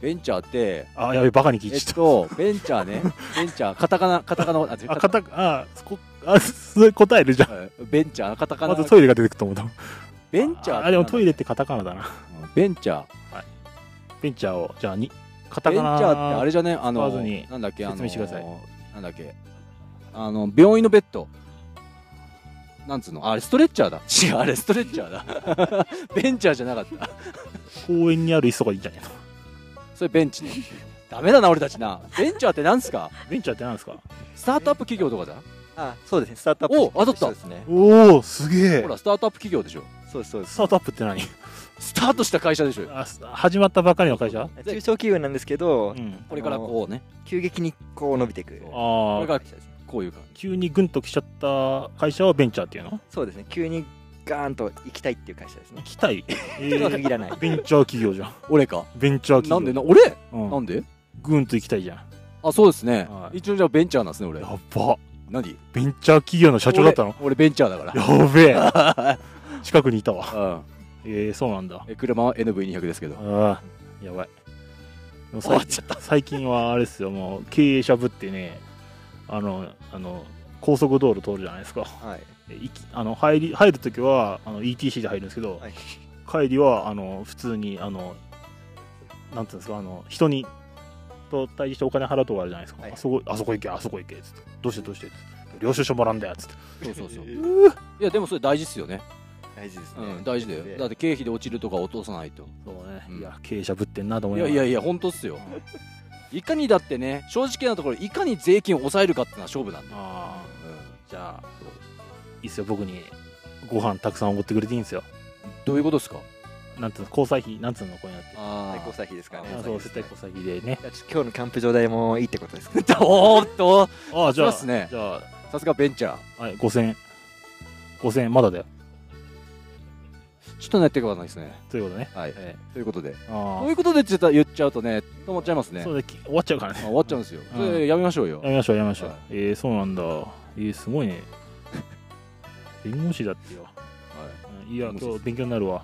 S2: ベンチャーって
S1: あやべバカに聞い
S2: えっ
S1: ちゃった、
S2: とベンチャー ねベンチャーカタカナカタカナあ違う
S1: あかたあそこあそれ答えるじゃん
S2: はいベンチャーカタカナ
S1: まずトイレが出てくると思う多分
S2: ベンチャー
S1: ああでもトイレっててカタカナだな
S2: うんベンチャー
S1: ベンチャーをじゃあにカタ
S2: ベンチ
S1: カナ
S2: ャーってあれじゃねあの
S1: 使わずに
S2: なんだっけあの
S1: 説明してください
S2: なんだっけあの病院のベッドなんつうのああれストレッチャーだ違うあれストレッチャーだ ベンチャーじゃなかった
S1: 公園にある椅子とかいいんじゃねえの
S2: それベンチね ダメだな俺たちなベンチャーってなんすか
S1: ベンチャーって何ですか
S2: スタートアップ企業とかだ
S3: あそうですねスタートアップ
S2: お当たった
S3: そうですね
S1: おおすげえ
S2: ほらスタートアップ企業でしょ
S3: そうですそうです
S1: スタートアップって何
S2: スタートした会社でしょ
S1: あす始まったばかりの会社
S3: 中小企業なんですけど、
S1: うん
S2: これからこうね
S3: 急激にこう伸びていく
S1: あ
S2: これ
S1: あ
S2: がこういう感じ
S1: 急にグンと来ちゃった会社をベンチャーっていうの
S3: そうですね急にガーンと行きたいっていう会社ですね
S1: 行きたい、え
S3: 手は
S1: ー
S3: 限らない
S1: ベンチャー企業じゃん
S2: 俺か
S1: ベンチャー
S2: なん
S1: 企
S2: で
S1: 業
S2: な俺
S1: うん
S2: なんで
S1: グンと行きたいじゃん
S2: あそうですね
S1: はい
S2: 一応じゃあベンチャーなんですね俺
S1: やば
S2: 何
S1: ベンチャー企業の社長だったの
S2: 俺俺ベンチャーだから
S1: やべえ 近くにいたわ
S2: うん
S1: ええそうなんだ
S2: え車は NV200 です けど
S1: ああやばいでも
S2: 終わっ
S1: 最近最近はあれですよもう経営者ぶってねあのあの高速道路通るじゃないですか
S3: はい
S1: で行きあの入り入るときはあの ETC で入るんですけど、
S3: はい
S1: 帰りはあの普通にあのなんていうんですかあの人にと対峙してお金払うとこあるじゃないですか、
S3: はい
S1: あそこあそこ行けあそこ行けっつってどうしてどうしてっつって領収書もらうんだよっつって
S2: そうそうそういやでもそれ大事っすよね
S3: 大事ですね、
S2: うん大事だよだって経費で落ちるとか落とさないと
S1: そうね、
S2: うん
S1: いや経営者ぶってんなと思
S2: い
S1: い
S2: や
S1: なが
S2: い
S1: ら
S2: やいや本当っすよいかにだってね正直なところいかに税金を抑えるかってのは勝負なんだよ
S1: ああじゃあいいっすよ僕にご飯たくさんおごってくれていいんですよ
S2: どういうことですか
S1: なんていうの交際費なんつうのこういうのってあ
S2: あ
S3: 最高歳費ですからね
S1: そう絶対交際費でね
S3: じゃあちょっと今日のキャンプ場代もいいってことですか
S2: おーっと
S1: ああじゃあ
S2: そうっすね
S1: じゃ
S2: さすがベンチャー
S1: あ、はい、5000円5000円まだだよ
S2: ちょっとねやっていかないですね
S1: ということね
S2: はい
S1: え
S2: ということで
S1: えあ
S2: こ
S1: あ
S2: ういうことでちょっと言っちゃうとね止まっちゃいますね
S1: そうでき終わっちゃうから
S2: あ
S1: ね。
S2: 終わっちゃうんですよ
S1: うん
S2: それやめましょうよ
S1: やめましょう、やめましょう。
S2: はい
S1: えー、そうなんだ。えー、すごいね。弁護士だってよ。
S2: はい
S1: うんいや、
S2: 弁護士
S1: 今日勉強になるわ。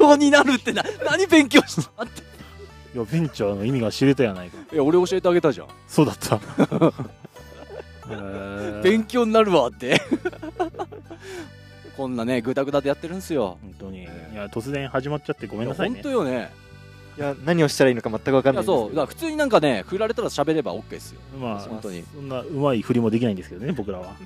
S2: 今日になるってな何勉強したって
S1: いや、ベンチャーの意味が知れたやないか。
S2: いや俺教えてあげたじゃん
S1: そうだ った。えー
S2: 勉強になるわって こんなねグダグダでやってるんすよ
S1: 本当に。いや、突然始まっちゃってごめんなさい
S2: 本
S1: ね
S2: 当。よね
S3: いや何をしたらいいのか全く分か
S2: い
S3: ん
S2: や
S3: ないんです
S2: そう
S3: け
S2: だから
S3: ど
S2: 普通になんかね振られたら喋れば OK ですよ
S1: まあ、
S2: 本当に
S1: そんなうまい振りもできないんですけどね、僕ら は。はい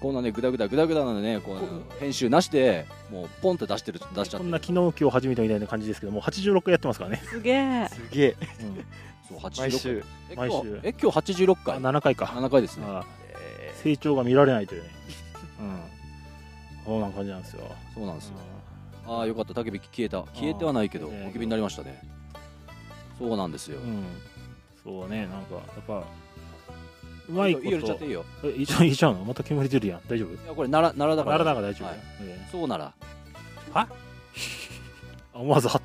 S2: こんなねグダグダグダグダなんでねこうあの編集なしでもうポンって出してる出しちゃ
S1: こ
S2: って
S1: ん
S2: る
S1: な昨日今日始めたみたいな感じですけども、86回やってますからね。
S4: すげえ
S3: すげえ
S1: うん
S2: そう
S3: 毎
S2: 86
S3: 週
S2: え今
S1: 毎
S2: 日
S1: 週
S2: え今日86
S1: あ
S2: 回
S1: 7回か。
S2: 7回ですね
S1: あー成長が見られないという ね。うん。そんな感じなんですよ。
S2: そうなんですよ
S1: うん
S2: ああよかったたけびき消えた消えてはないけど
S1: あ
S2: お
S1: ー
S2: きびになりましたねそうなんですよ
S1: うん、そうね、なんか、やっぱ、うまいこ
S2: いいよいいよ言っちゃ
S1: と
S2: ってい、いよ
S1: えいちゃういっちゃうのまた煙出るやん、大丈夫
S2: いやこれ奈良奈良だか
S1: なら
S2: ら
S1: なら大丈夫、
S2: はい
S1: え
S2: そうなら
S1: え思わずは、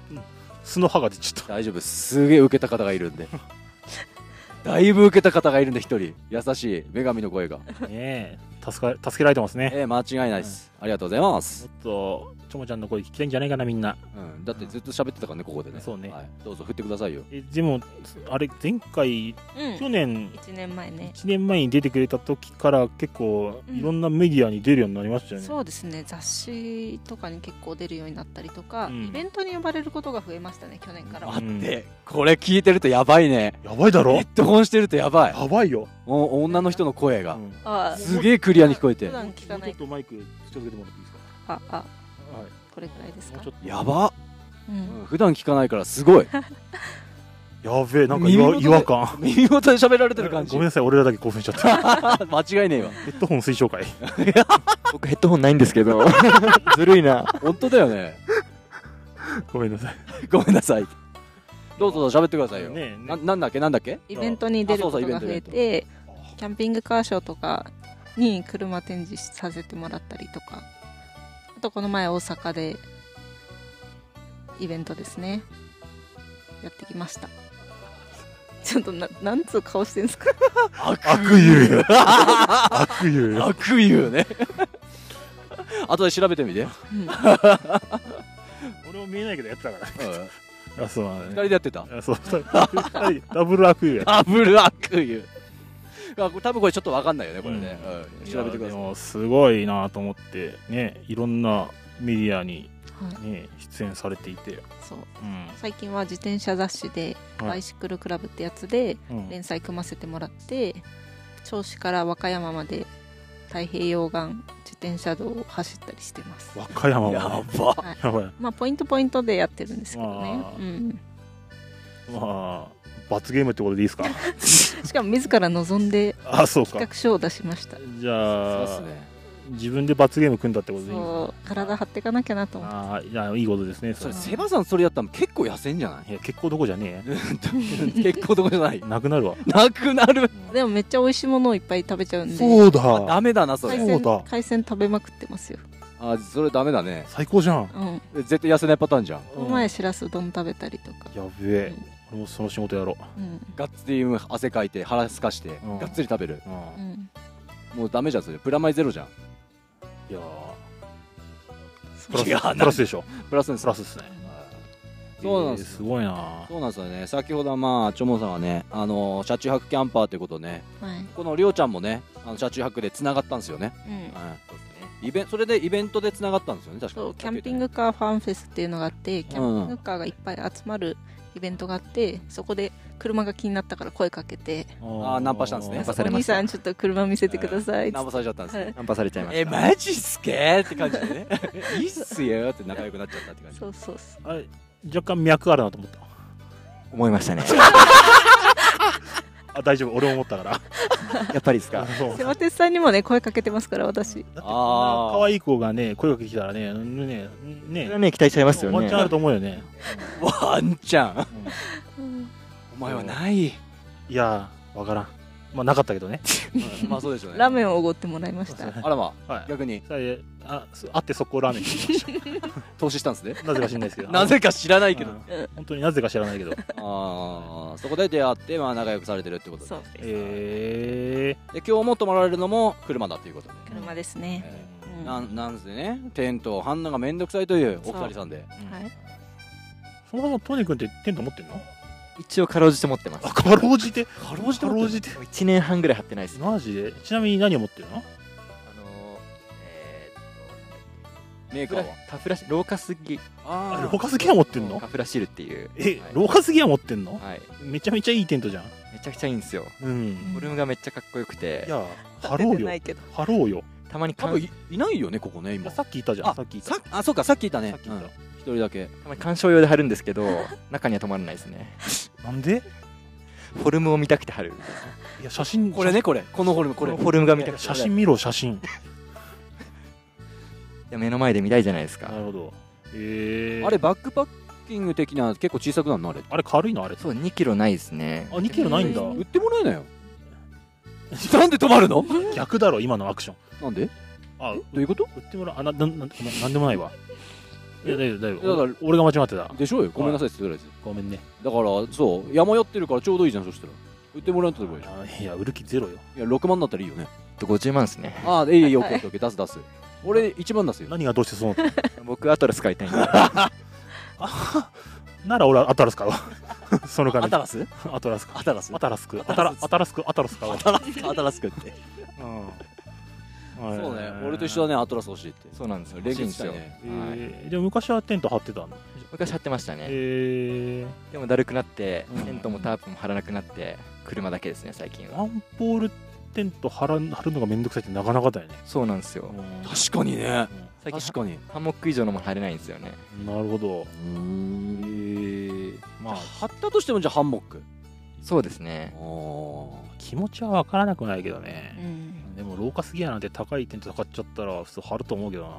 S1: 素の歯が出ちゃった。
S2: 大丈夫すげえ受けた方がいるんで だいぶ受けた方がいるんで一人優しい女神の声 が
S1: ねえ、助か助けられてますね。
S2: ええ間違いないです、ありがとうございま
S1: も
S2: す
S1: っ、と、ちょもちゃんの声聞きたいんじゃないかな、みんな。
S2: うん、だってずっと喋ってたからねここでね
S1: そうね
S2: はい、どうぞ振ってくださいよ
S1: えでも、あれ、前回、
S4: うん
S1: 去年、
S4: 1年前ね
S1: 1年前に出てくれた時から、結構、
S4: うん
S1: いろんなメディアに出るようになりましたよね。
S4: そうですね雑誌とかに結構出るようになったりとか、
S1: うん
S4: イベントに呼ばれることが増えましたね去年からは
S1: あうん
S2: でこれ聞いてるとやばいね
S1: やばいだろ
S2: ヘッドホンしてるとやばい
S1: やばいよ。
S2: お女の人の声が、
S1: うん
S4: あ
S2: すげえクリアに聞こえて
S4: 普段聞か
S1: も
S4: な
S1: うちょ
S4: い
S1: っとマイク近づけてもらっていいです
S4: ああ
S1: か。はい。
S4: これくらいです
S1: も
S4: か
S1: うちょっと
S2: やば、
S4: う
S2: うんん、普段聞かないから すごい
S1: やべえ、なんか違
S2: 耳元
S1: 和
S2: で
S1: 違和感。
S2: 耳元で喋られてる感じ
S1: ごめんなさい、俺らだけ興奮しちゃ った。
S2: 間違いねえわ
S1: ヘッドホン推奨会。
S3: 僕ヘッドホンないんですけど ずるいな
S2: 本当だよね
S1: ごめんなさい。
S2: ごめんなさいどうぞどうぞ喋ってくださいよ、
S1: ねえね
S2: ななんだっけなんだっけ
S4: イベントに出ることが増えて
S1: あ
S4: キャンピングカーショーとかに車展示させてもらったりとかあとこの前大阪でイベントですねやってきましたちょっとななんつう顔してんすか
S2: 悪
S1: 悪友悪友
S2: 悪友ね 後で調べてみて、うん
S4: うん
S1: 俺も見えないけどやってたか
S2: 二
S1: らあそうなん
S2: 人
S1: だね
S2: でやってた
S1: あそうそう二人ダブル悪友や
S2: ダブル悪友あこれ多分これちょっと分かんないよねこれね、
S1: う
S2: うん調べてくだ
S1: やで
S2: さい
S1: もすごいなと思ってねいろんなメディアに、
S4: はい、
S1: ね、出演されていて、
S4: そう
S1: うん
S4: 最近は自転車雑誌で「
S1: はい
S4: バイシクルクラブ」ってやつで
S1: うん
S4: 連載組ませてもらって銚子から和歌山まで太平洋岸自転車道を走ったりしてます
S1: 和歌山
S2: や
S1: は、ね、
S2: ば
S1: やばい
S4: まあポイントポイントでやってるんですけどね
S1: あ、ー
S4: うん、
S1: まあ罰ゲームってことでいいですか
S4: しかも自ら望んで
S1: あそうか
S4: 企画書を出しました
S1: じゃ
S2: そう
S1: あ、
S2: っすね
S1: 自分で罰ゲーム組んだってことでいいの
S4: そう体張っていかなきゃなと思って
S1: ああいやいいことですねそ
S2: そ
S1: れ
S2: れセバさんそれやったら結構痩せんじ ゃない
S1: いや結構どこじゃね
S2: 結構どこじゃない
S1: えなくなるわ
S2: なくなる
S4: でもめっちゃ美味しいものをいっぱい食べちゃうんで
S1: そう
S2: あ
S1: だ
S2: ダメだなそ
S4: 海
S1: そ
S2: れ
S1: う
S4: 鮮
S1: だ
S4: 海鮮食べまくってますよ、
S2: あそれダメだね
S1: 最高じゃん
S4: う
S2: え
S4: ん、
S2: 絶対痩せないパターンじゃん
S4: この前しらす丼食べたりとか、
S1: やべえ俺もその仕事やろ
S4: うん
S2: がっつり汗かいて腹すかして
S1: うん
S2: がっつり食べる
S1: う、うん、
S4: う
S1: い
S4: ん、
S2: もうダメじゃんそれプラマイゼロじゃん
S1: やー
S4: そ
S1: プラ
S4: う
S1: ス
S2: いやなん
S1: プラスでしょ
S2: プラスです
S1: プラスですね
S2: そうなんで
S1: えー
S2: す
S1: すごいな
S2: そうなんですよね先ほどはまあチョモンさんはねあの車中泊キャンパーということね
S4: はい、
S2: このりょうちゃんもねあの車中泊でつながったんですよね、
S4: うん、
S2: はい、イベンそれでイベントでつながったんですよね確か
S4: そうキャンピングカーファンフェスっていうのがあってキャンピングカーがいっぱい集まるイベントがあってそこで車が気になったから声かけて
S1: あ
S2: ーナンパしたんですね
S4: 「
S2: ナンパ
S4: お
S3: されま
S4: 兄
S3: した
S4: さんちょっと車見せてください」
S2: ナンパされちゃったんですね
S3: ナンパされちゃいました
S2: えマジっすけって感じでね いいっすよって仲良くなっちゃったって感じ
S4: そうそうそう
S1: あれ若干脈あるなと思った
S3: 思いま したね
S1: あ大丈夫俺も思った から
S3: やっぱりですか
S1: そう
S4: セバテスさんにもね声かけてますから私
S1: だってこん
S2: あ
S1: な
S2: ー
S1: 可愛い子がね声かけてきたらねねね
S3: それはね期待しちゃいますよ
S1: ワン
S3: ね
S1: チャンあると思うよね、
S2: ワンちゃん
S1: うん
S4: うん
S2: お前はない
S1: いやーわからんまあなかったけどね
S2: まあそうでしょうね
S4: ラーメンをおごってもらいまし
S1: そう
S4: た
S1: そう
S2: あらま
S1: はい
S2: 逆に
S1: さえあすあって速攻ラーメン食いまし
S2: 投資したんですね
S1: たなぜか知らないですけど
S2: なぜか知 らないけど
S1: うん
S4: うん
S1: 本当になぜか知らない けど
S2: ああそこで出会って、まあ、仲良くされてるってことで
S4: そうです
S1: え
S2: で今日も泊まられるのも車だということで、
S4: 車ですね
S2: え
S1: ー
S2: ー
S4: うん
S2: なんなんでねテントを張んのがめんどくさいというお二人さんで
S1: うん
S4: はい
S1: そのままトニー君ってテント持ってんの
S3: 一応かろうじて持ってます
S1: あかろうじてか
S2: かろうじて持ってんの
S1: ろうじて
S3: 1年半ぐらい貼ってないですあ
S1: マジでちなみに何を持ってるの
S3: のーえ
S2: メー
S3: ー
S2: カ
S3: フ
S2: ー
S3: ラ
S2: は
S3: カフラシローカスギ
S1: あ
S2: あ
S1: れ
S2: ー
S1: 他すぎは持ってんの
S3: カフラシルっていう
S1: え
S3: はい
S1: 廊下すぎは持ってんの
S3: はい
S1: めちゃめちゃいいテントじゃん
S3: めちゃくちゃいいんですよ
S1: うん
S3: フォルムがめっちゃかっこよくて
S1: いやハ
S4: 出
S1: ロ
S4: て
S1: ー
S4: な
S1: よ
S4: いけど
S1: ハローよ
S3: たまに
S2: 多
S3: かん
S2: 分いいないよねここね
S1: い
S2: 今
S1: やさっき言ったじゃんさっき言った
S2: さあそうかさっきいたね
S1: さっき言
S2: う
S1: っ
S2: ん
S1: た
S2: 一人だけ
S3: たまに鑑賞用で貼るんですけど中には止まらないですね
S1: なんで
S3: フォルムを見たくて貼る
S1: いや写真
S2: これねこれこのフォルムこれ
S3: フォルムが見たくて
S1: 写真見ろ写真
S3: いや目の前で見たいじゃないです
S1: な
S3: か
S1: るほどえー
S2: あれバックパッキング的な結構小さくなるのあれ
S1: あれ軽いのあれ
S3: そう2キロないですね
S1: あ2キロないんだ
S4: うん
S2: 売ってもら えないよなんで止まるの
S1: 逆だろ今のアクション
S2: なんでど
S1: あ
S2: ういうこと
S1: 売ってもらうあなななななんでもないわいや大丈夫大丈
S2: いやだから
S1: 夫お俺が間違ってた
S2: でしょうよごめんなさいって言ってたや
S1: ごめんね
S2: つだからそう山寄ってるからちょうどいいじゃんそしたら売ってもらえんとでもいいじゃん
S1: あいや売る気ゼロよ
S2: いや6万だったらいいよね
S3: あと50万ですね
S2: ああいいよいいよオッ
S4: はい
S2: ケーオッケー出す出す俺1万出すよ
S1: 何がどうしてそうなった
S3: 僕アトラス買いたいんで
S1: なら俺はアトラス買う わその金
S2: アタラス
S1: アトラスか
S2: アタラス
S1: ア
S2: アタ
S1: タラスクアタラアタラスクアタラス買うわ
S2: ラスアタラスくって
S1: うん
S2: そうね俺と一緒だねアトラス欲しいって
S3: そうなんですよ
S2: 連
S3: レ
S2: 携
S3: ン
S2: したいね
S1: え
S3: はい、
S1: ーでも昔はテント張ってたの
S3: 昔貼ってましたね、
S1: え
S3: でもだるくなって
S1: うん
S3: テントもタープも張らなくなって車だけですね最近
S1: ーワ
S3: は
S1: ンポールテント張らん張るのがめんどくさいってなかなかだよね
S3: そうなんですよ
S2: 確かにね
S3: 最近
S2: 確かに
S3: ハンモック以上のもの貼れないんですよね
S1: うんなるほど
S2: うん
S1: まあ
S2: 貼ったとしてもじゃあハンモック
S3: そうですね
S1: 気持ちは分からなくないけどね
S4: うん
S1: でも廊下すぎやなんて高いテント買っちゃったら普通張ると思うけどな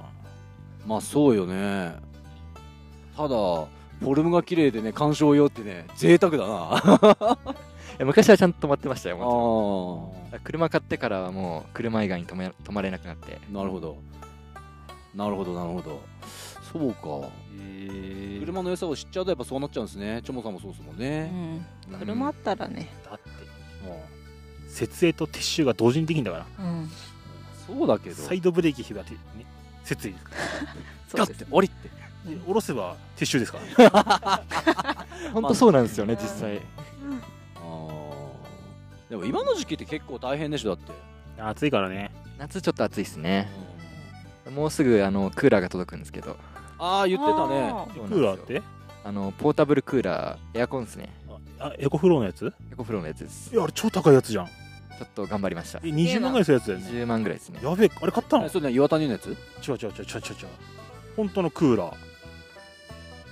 S2: まあそうよねただフォルムが綺麗でね鑑賞用ってね贅沢だなあ
S3: いや昔はちゃんと止まってましたよもちろん
S2: ー
S3: だから車買ってからはもう車以外に止め止まれなくなって
S2: なるほどなるほどなるほどそうか
S1: え
S2: 車の良さを知っちゃうとやっぱそうなっちゃうんですねチョモさんもそうですもん
S4: う
S2: ね、
S4: ん、
S2: うん
S4: 車あったらね、
S1: だって
S2: も
S1: 設営と撤収が同時にできんだから
S4: うん、
S2: うそうだけど
S1: サイドブレーキ開いて、ね、設営ですから
S4: そ
S2: ガ
S4: う
S2: ッ
S4: です
S2: て降りて
S1: で下ろせば撤収ですから、ね、
S3: 本当そうなんですよね
S4: まあ
S3: 実際
S2: あーでも今の時期って結構大変でしょだって
S1: 暑いからね
S3: 夏ちょっと暑いですねもうすぐあのクーラーが届くんですけど
S2: ああ言ってたね
S4: あー
S1: ク
S3: そうなんです
S1: ー
S3: よ
S1: ラーって
S3: あのポータブルクーラーエアコンですね
S1: ああエコフローのやつ
S3: エコフローのやつです
S1: い
S3: ちょ
S1: やあれ超高いやつじゃん
S3: っと頑張りました
S1: え20万ぐらいするやつだよね
S3: 20万ぐらいですね
S1: やべえあれ買ったの
S2: えそれね岩谷のやつ
S1: 違う違う違う違う違う違う本当のクーラー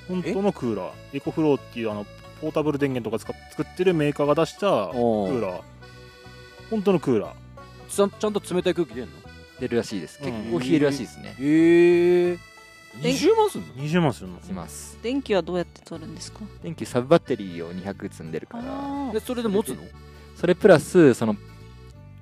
S1: 本当のクーラーエコフローっていうあのポータブル電源とか使っ作ってるメーカーが出したク
S2: おー
S1: ーラー本当のクーラー
S2: ちゃんちゃんと冷たい空気出んの
S3: 出るらしいです
S1: うん
S3: 結構冷えるらしいですね
S2: へえ20万すんの
S1: 20万するの
S3: します
S4: 電気はどうやって取るんですか
S3: 電気サブバッテリーを200積んでるから
S4: あ
S2: でそれで持つの
S3: それプラスその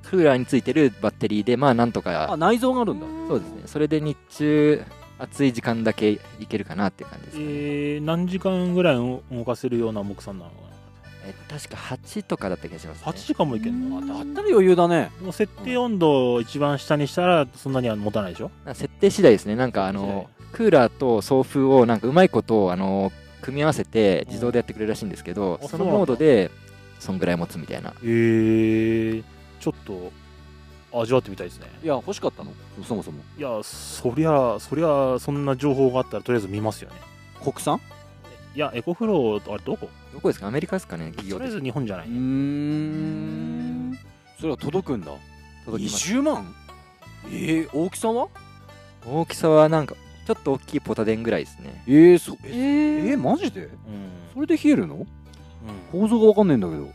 S3: クーラーについてるバッテリーでまあなんと
S2: あ
S3: か
S2: 内臓があるんだ
S3: そうですねそれで日中暑い時間だけいけるかなっていう感じですかね
S1: えー、何時間ぐらい動かせるような木さんなのか
S3: え確か8とかだった気がします
S1: な
S3: ね
S1: 8時間もいけんの
S4: う
S1: あ
S4: ん
S1: だ
S2: だったら余裕だね
S1: もう設定温度を一番下にしたらそんなには持たないでしょ
S3: なんか設定次第ですねなんかあのクーラーと送風をなんかうまいことあの組み合わせて自動でやってくれるらしいんですけど
S1: うんあ
S3: そ
S1: そうな
S3: の
S1: んだ
S3: モードでそんぐらい持つみたいな
S1: えー、ちょっと味わってみたいですね
S2: いや欲しかったのそもそも
S1: いやそりゃそりゃそんな情報があったらとりあえず見ますよね
S2: 国産
S1: いやエコフローあれどこ
S3: どこですかアメリカですかね企業
S1: とりあ
S3: で
S1: えず日本じゃな
S2: う
S1: い
S2: ーんそれは届くんだ
S3: 届きます
S2: 20万ええ大きさは
S3: 大きさはなんかちょっと大きいポタ電ぐらいですね
S2: ええそえ
S4: え
S2: えマジで
S1: うん
S2: それで冷えるの
S1: うん
S2: 構造がわかんないんだけど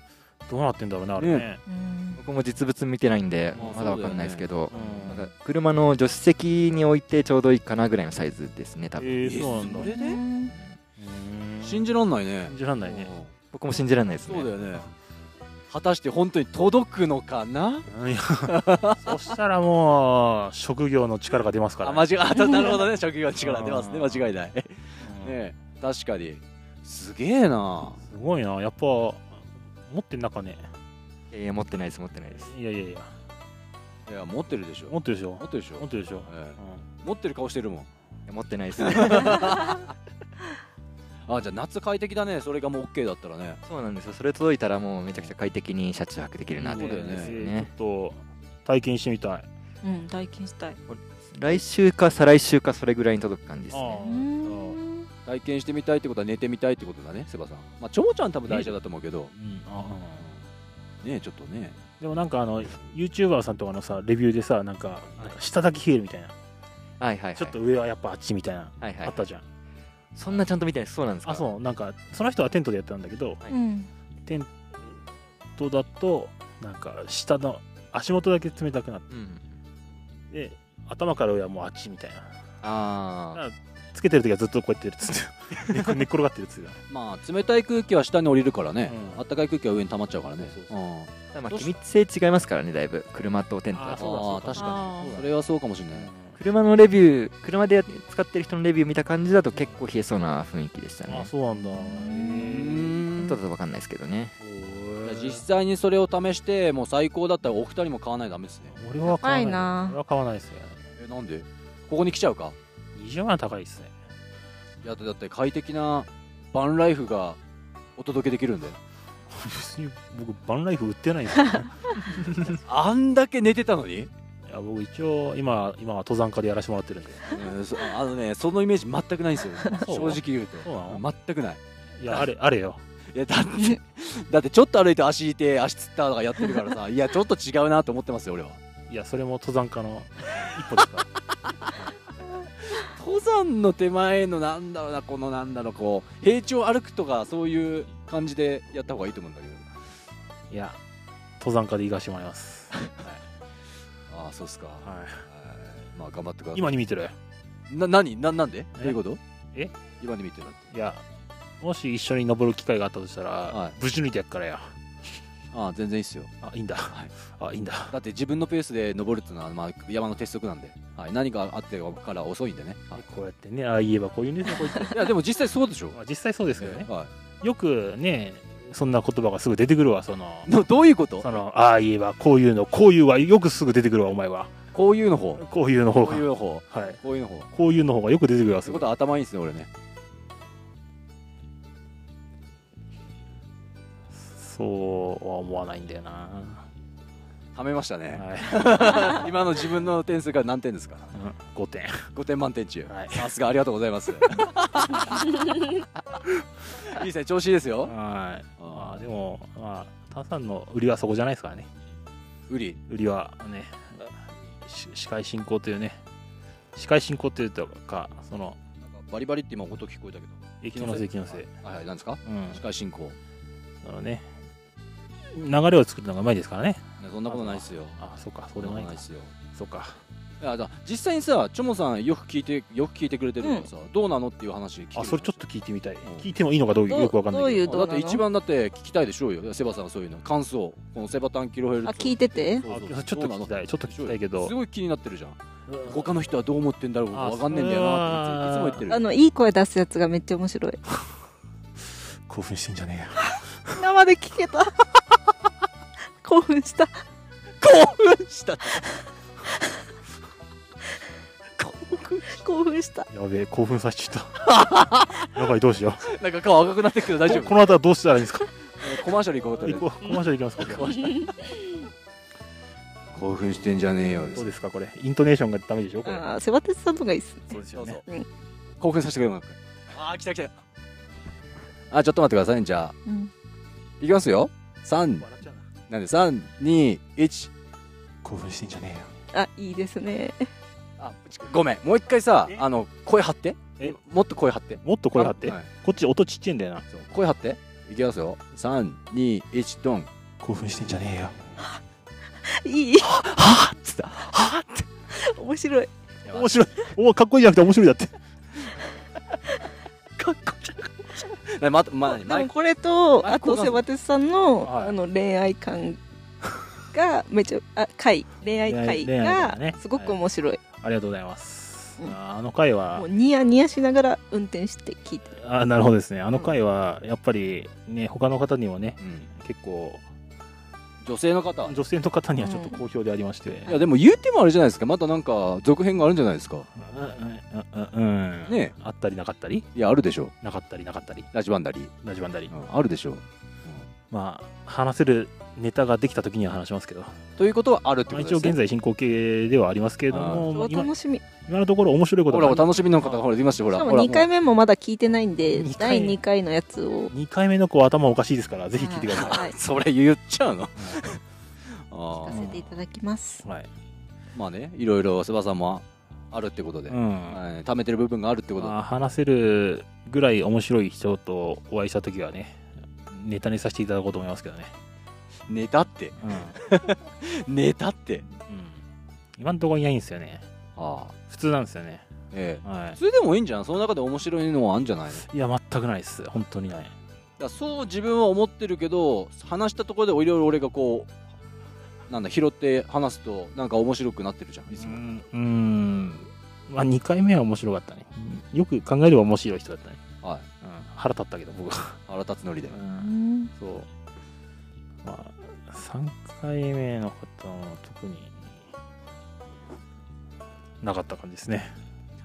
S1: どうなってんだろうねあれね
S4: うん
S3: 僕も実物見てないんで
S2: まあ
S3: まだわかんないですけど、
S1: うん
S3: なんか車の助手席に置いてちょうどいいかなぐらいのサイズですね多分、
S1: えー、そうなんだ
S2: えそれで
S4: う
S1: う
S4: ん
S1: ん
S2: 信じらんないね
S1: 信じらんないね
S2: うん
S3: 僕も信じられないですね
S2: そうだよね果たして本当に届くのかない
S1: やそしたらもう職業の力が出ますから
S2: あ
S1: ね、
S2: 間違いあたなるほどね職業の力出ますね
S1: うん
S2: 間違いないね
S1: うん
S2: え確かにすげえな
S1: すごいなやっぱ持ってん中ね
S3: いやいや持ってないです持ってないです
S1: いやいやいや
S2: いや持ってるでしょ
S1: 持
S2: 持
S1: ってるでしょ
S2: ってるでしょ
S1: 持ってるでしょ、
S2: え
S1: う
S2: え
S1: ん
S2: 持ってる顔してるもん
S3: いや持ってないで すねそ
S2: あじゃあ夏快適だねそれがもう OK だったらね
S3: うなんですよそれ届いたらもうめちゃくちゃ快適に車中泊できるなって
S2: そうだ
S3: 感
S2: よ
S3: じ
S2: ね
S3: ですよ
S1: えー
S3: ね
S1: ちょっと体験してみたい
S4: うん体験したい
S3: 来週か再来週かそれぐらいに届く感じです
S1: あ
S3: ね
S1: ー
S4: うん
S2: 体験してみたいってことは寝てみたいってことだねセバさんまあちょもちゃん多分大丈夫だと思うけど
S1: うん
S2: ねえちょっとね
S1: でもなんかあの YouTuber さんとかのさレビューでさなんかなんか下だけ冷えるみたいな、
S3: はいはいはい
S1: ちょっと上はやっぱあっちみたいな、
S3: はいは
S1: あ
S3: い
S1: ったじゃん
S3: そんなちゃんと見てないですそうなんですか
S1: あそうなんかその人はテントでやったんだけど
S4: うん
S1: テントだとなんか下の足元だけ冷たくなっ
S3: うん
S1: て頭から上はもうあっちみたいな
S3: あ
S1: つけてる時はずっとこうやってるっつって 寝っ寝っ転がってるっつって
S2: まあ冷たい空気は下に降りるからね
S1: うん
S2: あったかい空気は上に溜まっちゃうからね
S1: そうそう
S2: う
S1: そ
S2: ん
S3: ーまあ気密性違いますからねだいぶ車とテントだ
S1: あ
S3: と
S1: そうだそうだ
S2: あー確
S4: かに
S2: それはそうかもしれない
S3: 車のレビュー車で使ってる人のレビュー見た感じだと結構冷えそうな雰囲気でした
S1: あ
S3: ね
S1: そうなんだ
S2: うん
S3: ちょっと分かんないですけどね
S2: 実際にそれを試してもう最高だったらお二人も買わないとダメですね
S1: 俺は買わない
S4: 高いな
S1: 俺は買わないですね
S2: えなんでここに来ちゃうか
S1: 20万は高いですね
S2: いやだって快適なバンライフがお届けできるんで
S1: 別に僕バンライフ売って ないんですよい
S2: あんだけ寝てたのに、
S1: や僕一応今今は登山家でやらせてもらってるんで
S2: うんそあのねそのイメージ全くないんですよ
S1: そう
S2: 正直言う
S1: そうな
S2: と全くない
S1: いやあれあれよ
S2: いやだってだってちょっと歩いて足いて足つったとかやってるから さいやちょっと違うなと思ってますよ俺はい
S1: やそれも登山家の一歩です から
S2: 登山の手前のなんだろうなこのなんだろうこう平地を歩くとかそういう感じでやった方がいいと思うんだけど
S1: いや登山家で行かしてもらいます、
S2: ああそうっすか、はい
S1: は
S2: まあ頑張ってくださ
S1: い、
S2: い
S1: 今に見てる
S2: な何ななんで
S1: え
S2: どういうこと
S1: え
S2: 今に見てるのって
S1: いやもし一緒に登る機会があったとしたら、
S2: はい
S1: ぶち抜いてやっからや
S2: ああ全然いいっすよ
S1: あいいんだ、
S2: はい
S1: あいいんだ
S2: だって自分のペースで登るっていうのは、まあ、山の鉄則なんで、はい、何かあってから遅いんでね、はい、
S1: こうやってねああ言えばこういうね こう言って
S2: いやでも実際そうでしょ
S1: まあ実際そうですよね、
S2: は
S1: よくねそんな言葉がすぐ出てくるわその
S2: い、どどういうこと
S1: そのああ言えばこういうのこういうはよくすぐ出てくるわお前は
S2: こういうの方
S1: こういうの方
S2: こう
S1: が
S2: いうの方
S1: はい
S2: こういうの方
S1: こういうの方がよく出てくるわす
S2: そうい
S1: ぐ
S2: うことは頭いいんですね俺ね
S1: そうは思わないんだよな、
S2: はめましたね
S1: はい、
S2: 今の自分の点数が何点ですか
S1: 5点
S2: 5点満点中
S1: はい
S2: さすがありがとうございますいいですね調子いいですよ
S1: はいま
S2: あ
S1: あでもまあ炭酸の売りはそこじゃないですからね
S2: ウリ
S1: 売りはねし司会進行というね司会進行というかその
S2: バリバリって今音聞こえたけど
S1: 気のせい気のせい
S2: はいはい何ですか
S1: うん
S2: 司会進行
S1: あのね流れを作るのがうまいですからね
S2: ねそんなことないですよ
S1: あそうかそ
S2: そ
S1: うんで
S2: な
S1: も
S2: こ
S1: ない
S2: とない
S1: か
S2: ですよ
S1: そうか
S2: いやだ実際にさチョモさんよく聞いてよく聞いてくれてるからさ、どうなのっていう話聞ける
S1: あそれちょっと聞いてみたい
S2: ん
S1: 聞いてもいいのかどう
S4: どう
S1: よくわかんないけ
S4: ど
S1: ど
S4: ういう
S2: あだって一番だって聞きたいでしょうよセバさんはそういうの感想このセバタンキロヘルツ
S4: あ聞いてて
S2: そうそう
S1: あちょっと聞きたいちょっと聞きたいけど
S2: すごい気になってるじゃん他の人はどう思ってんだろう
S1: あ
S2: わかんねえんだよなっていつも言ってる
S4: あのいい声出すやつがめっちゃ面白い
S1: 興奮してんじゃね
S4: 生で聞けた興奮した
S2: 興奮した
S4: 興奮した
S1: えよやべえ興奮させちゃ ったやばいどうしよ
S2: なんか顔赤くなってくけど
S1: う
S2: 大丈
S1: こ
S2: 夫
S1: この後はどうしたらいいんですか
S2: コマーシャル行こうとりあ
S1: 行
S2: えず
S1: こうコマーシ ャル行きますか
S2: 興奮してんじゃねえよ
S1: どうですかこれイントネーションがダメでしょこれ
S4: あーセバテツさんとかいいっすね
S1: そうですよね
S2: そうそう
S4: うん
S2: 興奮させてくれよなんかあー来た来たあちょっと待ってくださいねじゃあ
S4: うん
S2: いきますよ3
S1: 笑っちゃうな
S2: なんで321
S1: 興奮してんじゃねえよ
S4: あいいですね
S2: あごめんもう一回さ
S1: え
S2: あの声張って
S1: え
S2: もっと声張って
S1: もっと声張って、
S2: はい
S1: こっち音ちっちゃいんだよな
S2: そう声張っていきますよ321ドン
S1: 興奮してんじゃねえよ
S4: いい
S2: はっつったはっつっ
S4: 面白い
S2: た
S1: 面白いおかっこいいじゃなくて面白いだって
S4: かっこ
S2: ねまたま
S4: で
S2: マイ
S4: も
S2: ク
S4: これと
S2: マイ
S4: あ
S2: ク交換
S4: とセバテツさんの,、
S1: はい
S4: あの恋愛感がめちゃあ回恋愛会
S1: 恋愛恋愛
S4: が
S1: 感ね
S4: すごく面白い、
S1: ありがとうございます、
S4: うん
S1: あーあの回は
S4: もうニヤニヤしながら運転して聞いてる
S1: あーなるほどですねあの回はやっぱりね他の方にもね
S2: うん
S1: 結構
S2: 女性の方
S1: 女性の方にはちょっと好評でありまして、
S2: いやでも言うてもあれじゃないですかまたなんか続編があるんじゃないですか
S1: うんうんうんうん
S2: ね
S1: あったりなかったり
S2: いやあるでしょ
S1: なかったりなかったり
S2: ラジバンダリー、
S1: なじまんだり、
S2: うん、あるでしょう、
S1: まあ話せるネタができた時には話しますけど、
S2: ということはあるって
S1: まあ、
S2: こと
S1: 一応
S2: ですね
S1: 現在進行形ではありますけれど
S4: それ
S1: も
S4: は
S1: 今
S4: 楽しみし
S1: 今のところ面白いこと
S2: ほら
S1: が
S2: お楽しみの方がほら出ましたよほら
S4: か
S2: ほ
S4: も
S2: ら
S4: 2回目もまだ聞いてないんで
S1: 二回
S4: 第2回のやつを
S1: 2回目の子は頭おかしいですからぜひ聞いてくださ
S4: はいい
S2: それ言っちゃうの
S4: 聞
S2: ああ
S4: かせていただきます
S1: い、はい
S2: まあねいろいろセバさんもあるってことで、
S1: うん
S2: はい貯めてる部分があるってことで
S1: まあ、話せるぐらい面白い人とお会いした時はねネタにさせていただこうと思いますけどね、
S2: ネタって
S1: うん
S2: ネタって
S1: 今のところいないんですよね
S2: ああ
S1: 普通なんですよね、
S2: ええ
S1: は
S2: それでもいいんじゃないその中で面白いのはあるんじゃないのだか
S1: い、いや全くないです本当にない
S2: らそう自分は思ってるけど話したところでいろいろ俺がこうなんだ拾って話すとなんか面白くなってるじゃんいつ
S1: う
S2: も、
S1: んうんまあ2回目は面白かったねよく考えれば面白い人だったね、
S2: は
S1: う
S2: い
S1: ん、腹立ったけど僕は、
S2: 腹立つノリで
S1: う、
S4: うんん
S1: そうまあ3回目の方も特になかった感じですね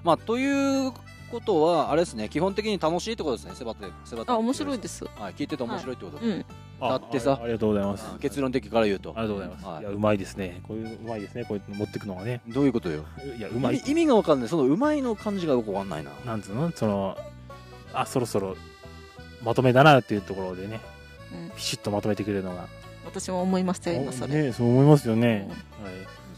S2: まあということはあれですね基本的に楽しいってことですねセバテセバテ
S4: あ面白いです
S2: はい、聞いてて面白いってことで、
S4: うん
S1: あ
S2: だってさ
S1: あありがとうございます
S2: うん結論的から言うと
S1: ありがとうございます。
S2: はい
S1: い、や、うまいですね。こういう、うまいですね。こうやって持ってくのがね。
S2: どういうことよ
S1: いや、うまい
S2: 意。味意味が分かんないそのうまいの感じがよく分かんないな
S1: なんつうのその、あ、そろそろ、まとめだなっていうところでね、
S4: うん
S1: ピシッとまとめてくれるのが。
S4: 私も思いましたよ今それ、
S1: ね、そう思いますよね。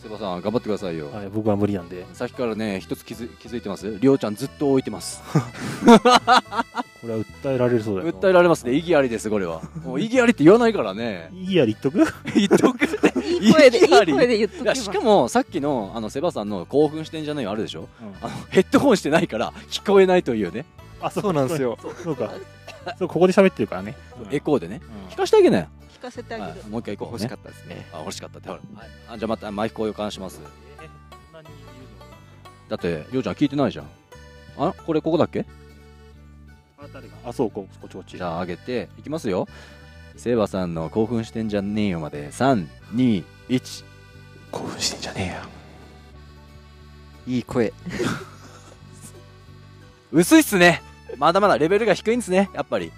S2: セバさん頑張ってくださいよ、
S1: はい。はい、僕は無理なんで、
S2: さっきからね一つ気づ気づいてますりょうちゃんずっと置いてます
S1: これは訴えられるそうだよ。
S2: 訴えられますね意義ありですこれはもう意義ありって言わないからね
S1: いいやりっとく
S2: 言っとくね
S4: うんいい声でいい
S2: 意義あ
S4: 声
S2: り
S4: で言っとけ
S2: い
S4: ば
S2: やしかもさっきのあのセバさんの興奮してんじゃないよあるでしょあのヘッドホンしてないから聞こえないというね
S1: あ、
S3: そうなんですよ。
S1: そうか。そう、ここで喋ってるからね。
S2: エコーでね
S1: うん
S2: 聞かしてあげなよ
S1: 聞
S4: 聞かせてあげる
S2: はい、もう一回行こう、
S3: 欲
S2: ね
S3: しか、ったですね。
S2: あ欲しかったってほら、はいあじゃあまたマイクを予感します
S1: えー何言うの
S2: だってりょうちゃん聞いてないじゃんあこれここだっけ
S1: あ誰があそうここっちこっち
S2: じゃあ上げていきますよセイバさんの興奮してんじゃねえよまで321興奮してんじゃねえよ
S3: いい声。
S2: 薄いっすねまだまだレベルが低いんですねやっぱり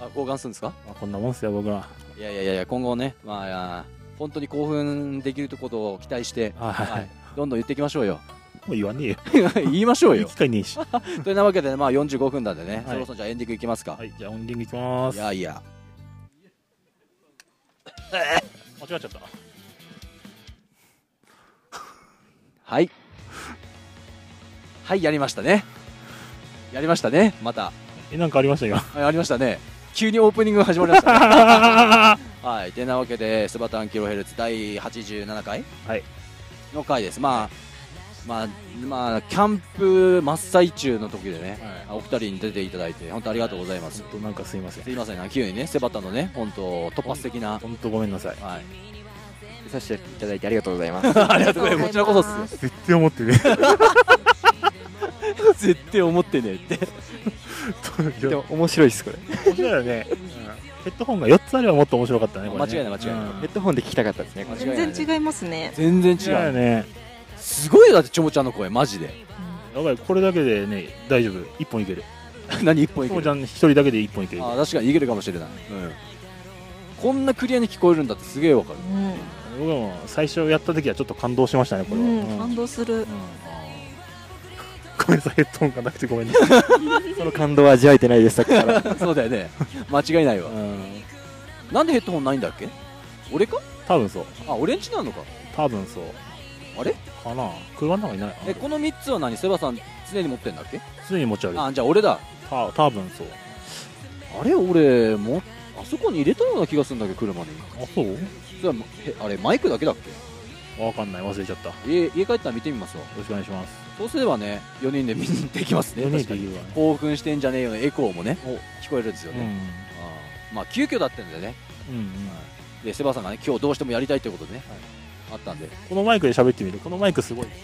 S2: あ交換するんですか
S1: まあこんなもんっすよ僕ら
S2: いやいやいやいや今後ねまあいや本当に興奮できるところを期待して、
S1: あはい
S2: どんどん言っていきましょうよ
S1: もう言わねえよ
S2: 言いましょう
S1: 言 う
S2: よ
S1: 機会ねえしは
S2: というわけで、まあ、45分なんでね、
S1: はい
S2: そろそろじゃあエンディングいきますか、
S1: いじゃあオンディングいきま
S2: い、
S1: す
S2: やいや
S1: 間違っちゃった
S2: はいはいやりましたねやりましたねまた
S1: えなんかありましたよ
S2: はいありましたね急にオープニングが始まりましたね
S1: は
S2: はいてなわけでスバタンキロヘルツ第87回
S1: はい
S2: の回ですまあまあまあキャンプ真っ最中の時でね、お二人に出ていただいて本当ありがとうございま
S1: ち
S2: す
S1: ょっとなんかすいません
S2: すいませんな急にねセバタンのね本当突発的な
S1: 本当ごめんなさい
S2: はい
S3: 出させていただいてありがとうございま す。
S2: ありがとうございますこちらこそっす
S4: す
S1: 絶対思って ね
S2: 絶対思ってねえって
S3: で も面白いですこれ。
S1: 面白いよね、ヘッドホンが4つあればもっと面白かったねこれね
S2: 間違いない間違いな
S1: う
S2: い
S1: ん
S3: ヘッドホンで聞きたかったですね。
S2: 間違いない
S4: 全然違いますね
S2: 全然
S1: 間違いな
S2: 違う
S1: いね
S2: すごいよだってちょもちゃんの声マジで
S1: やばいこれだけでね大丈夫1本いける
S2: 何一本い
S1: とも
S2: ける
S1: ちゃん1人だけで1本いける
S2: あー確かにいけるかもしれない、うん、こんなクリアに聞こえるんだってすげえわかる
S4: う
S1: 僕はもう最初やった時はちょっと感動しましたねこれは、
S4: ん、
S1: う
S4: うん、
S1: ん
S4: 感動する
S1: ごめんなさいヘッドホンがなくてごめんなさい、
S3: その感動は味わえてないですさっきから。
S2: そうだよね 間違いないわ
S1: うん、
S2: なんでヘッドホンないんだっけ俺か
S1: 多分そう
S2: あ俺んちなのか
S1: 多分そう
S2: あれ
S1: かな車の中にない
S2: えこの3つは何セバさん常に持ってんだっけ
S1: 常に持ち歩いて
S2: あじゃあ俺だ
S1: た多分そう
S2: あれ俺もあそこに入れたような気がするんだけど車に
S1: あそう
S2: それはえあれマイクだけだっ
S1: わかんない忘れちゃったよ
S2: け家家帰ったら見てみますわ
S1: ろしくお願いします
S2: そうすればね4人で見に行ってきますね
S1: 4人
S2: 確か
S1: で
S2: に
S1: 言うわね
S2: 興奮してんじゃねえよのエコーもね聞こえるんですよ
S1: うん
S2: ね、あーまあ急遽だったんでね
S1: うんうん
S2: でセバさんがね今日どうしてもやりたいということでね、あったんで
S1: このマイクで喋ってみるこのマイクすごい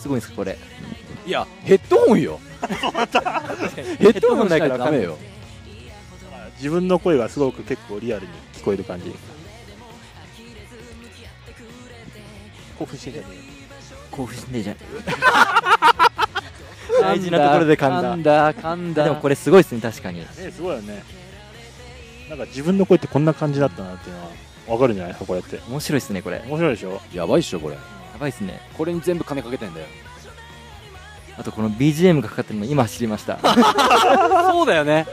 S3: すごいんですかこれ。
S2: いやヘッドホン よヘッドホンないからダメよ
S1: 自分の声がすごく結構リアルに聞こえる感じ興奮してんじゃね
S3: 興奮してん じゃん。
S2: 噛んだ
S3: 大事なところで噛んだ
S2: 噛んだ噛んだ
S3: でもこれすごいですね確かに。
S1: えねすごいよねなんか自分の声ってこんな感じだったなっていうのはわかるんじゃないですかこうやって
S3: 面白いですねこれ。や
S1: 面白いでしょ
S2: やばいっしょこれ
S3: ばいですね。
S2: これに全部金かけてん だよ
S3: あとこの BGM がかかってるの今知りま した。
S2: そうだよね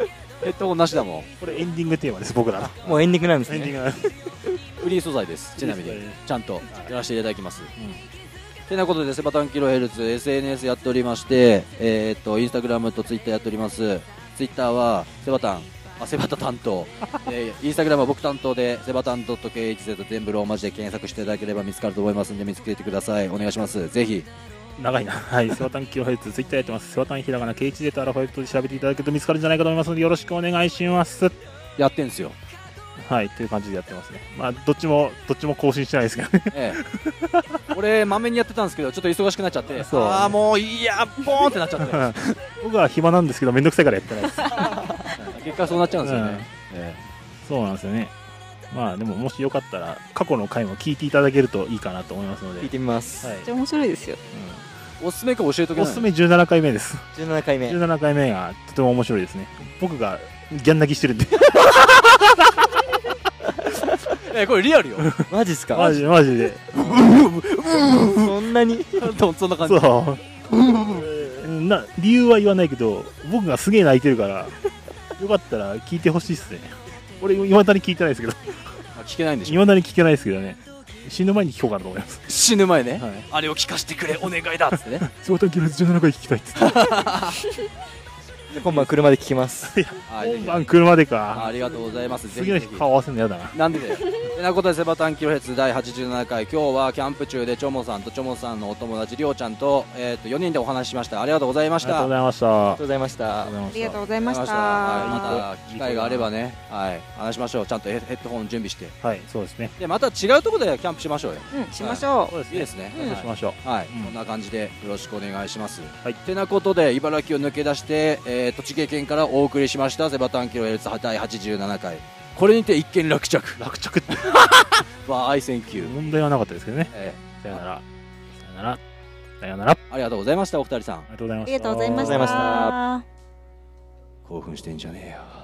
S2: ヘッドホンなしだもん
S1: これエンディングテーマです僕らの
S3: もうエンディングなんです
S1: エンディン
S3: ね。
S1: グなんです
S2: フリー素材ですちなみ
S1: フリー
S2: に
S1: 素材ね
S2: ちゃんとやらせていただきます、てなことでセバタンキロヘルツ SNS やっておりましてえーっとインスタグラムとツイッターやっておりますツイッターはセバタンあセバタ担 当、えーインスタグラムは僕担当でセバタン .khz 全部ローマ字で検索していただければ見つかると思いますんで見つけてくださいお願いしますぜひ
S1: 長いなはいセワタンキロヘルツツイッターやってますセワタンひらがな KHZ アルファベットで調べていただけると見つかるんじゃないかと思いますのでよろしくお願いします
S2: やってんすよ、
S1: はいという感じでやってますねまあどっちもどっちも更新してないですけどね
S2: ええ、俺まめにやってたんですけどちょっと忙しくなっちゃって
S1: そう
S2: ああもういやボーンってなっちゃって
S1: 僕は暇なんですけどめんどくさいからやってないです
S2: 結果そうなっちゃうんですよね、
S1: うん
S2: え
S1: そうなんですよねまあでももしよかったら過去の回も聞いていただけるといいかなと思いますので
S3: 聞いてみます。
S1: はい
S4: めっちゃ面白いですよ
S2: えおすすめか教えとけ
S1: お
S2: ない
S1: すすめ17回目です
S3: 17回目。
S1: 17回目がとても面白いですね僕がギャン泣きしてるんで
S2: ええこれリアルよ
S3: マジっすか。
S1: マジでマジで
S3: そんなに。
S2: と そんな感じ
S1: そうな理由は言わないけど僕がすげえ泣いてるからよかったら聞いてほしいっすね俺いまだに聞いてないですけど
S2: あ聞けないんでし
S1: い
S2: ょ
S1: まだに聞けないですけどね死ぬ前に聞こうかなと思います
S2: 死ぬ前ね、
S1: はい
S2: あれを聞かせてくれお願いだっつってね
S1: 「仕事の記録17回聞きたい」っつって
S3: 今晩車で聞きます。
S2: あ
S1: 今晩来るまで
S2: あ
S1: か。
S2: りがとうございます。ぜひ
S1: 次の
S2: ぜ
S1: 日
S2: ひ
S1: 顔合わせるのやだな。
S2: なんでだよ。てなことで、セバタンキロヘッツ第87回、今日はキャンプ中でチョモさんとチョモさんのお友達、りょうちゃんと、えっ、と、4人でお話ししました。ありがとうございま
S1: あ
S2: し
S1: りがと
S2: た。
S1: うご
S2: あ
S1: ざいました
S3: ありがとう。ございました。
S1: あ
S4: りがとう
S1: う
S4: ございました。
S2: はい、ま
S1: い
S2: た
S1: い声
S2: 機会があればね、はい、話しましょう。ちゃんとヘヘッドホン準備して。
S1: はい、そうですね。
S2: で、また違うところでキャンプしましょうよ。
S4: うん、しましょ
S1: そうです
S2: いい
S1: ね。
S2: ですね。
S4: うん
S1: そうしましょう。
S2: はい、
S1: うん
S2: こんな感じでよろしくお願いします。
S1: はい
S2: てなことで、茨城を抜け出して、えー栃木県からお送りしました、セバタンキロヘルツ第87回。これにて一件落着。
S1: 落着って
S2: わー、アイセンキュー。
S1: 問題はなかったですけどね。
S2: え
S1: さよなら。さよなら。さよなら。あ
S2: ーありがとうございました、お二人さん
S1: り。がとうございま
S4: う。あ
S1: し
S4: り
S1: た。
S4: がとうございまし。
S3: ありがとうございました
S2: 興奮してんじゃねえよ。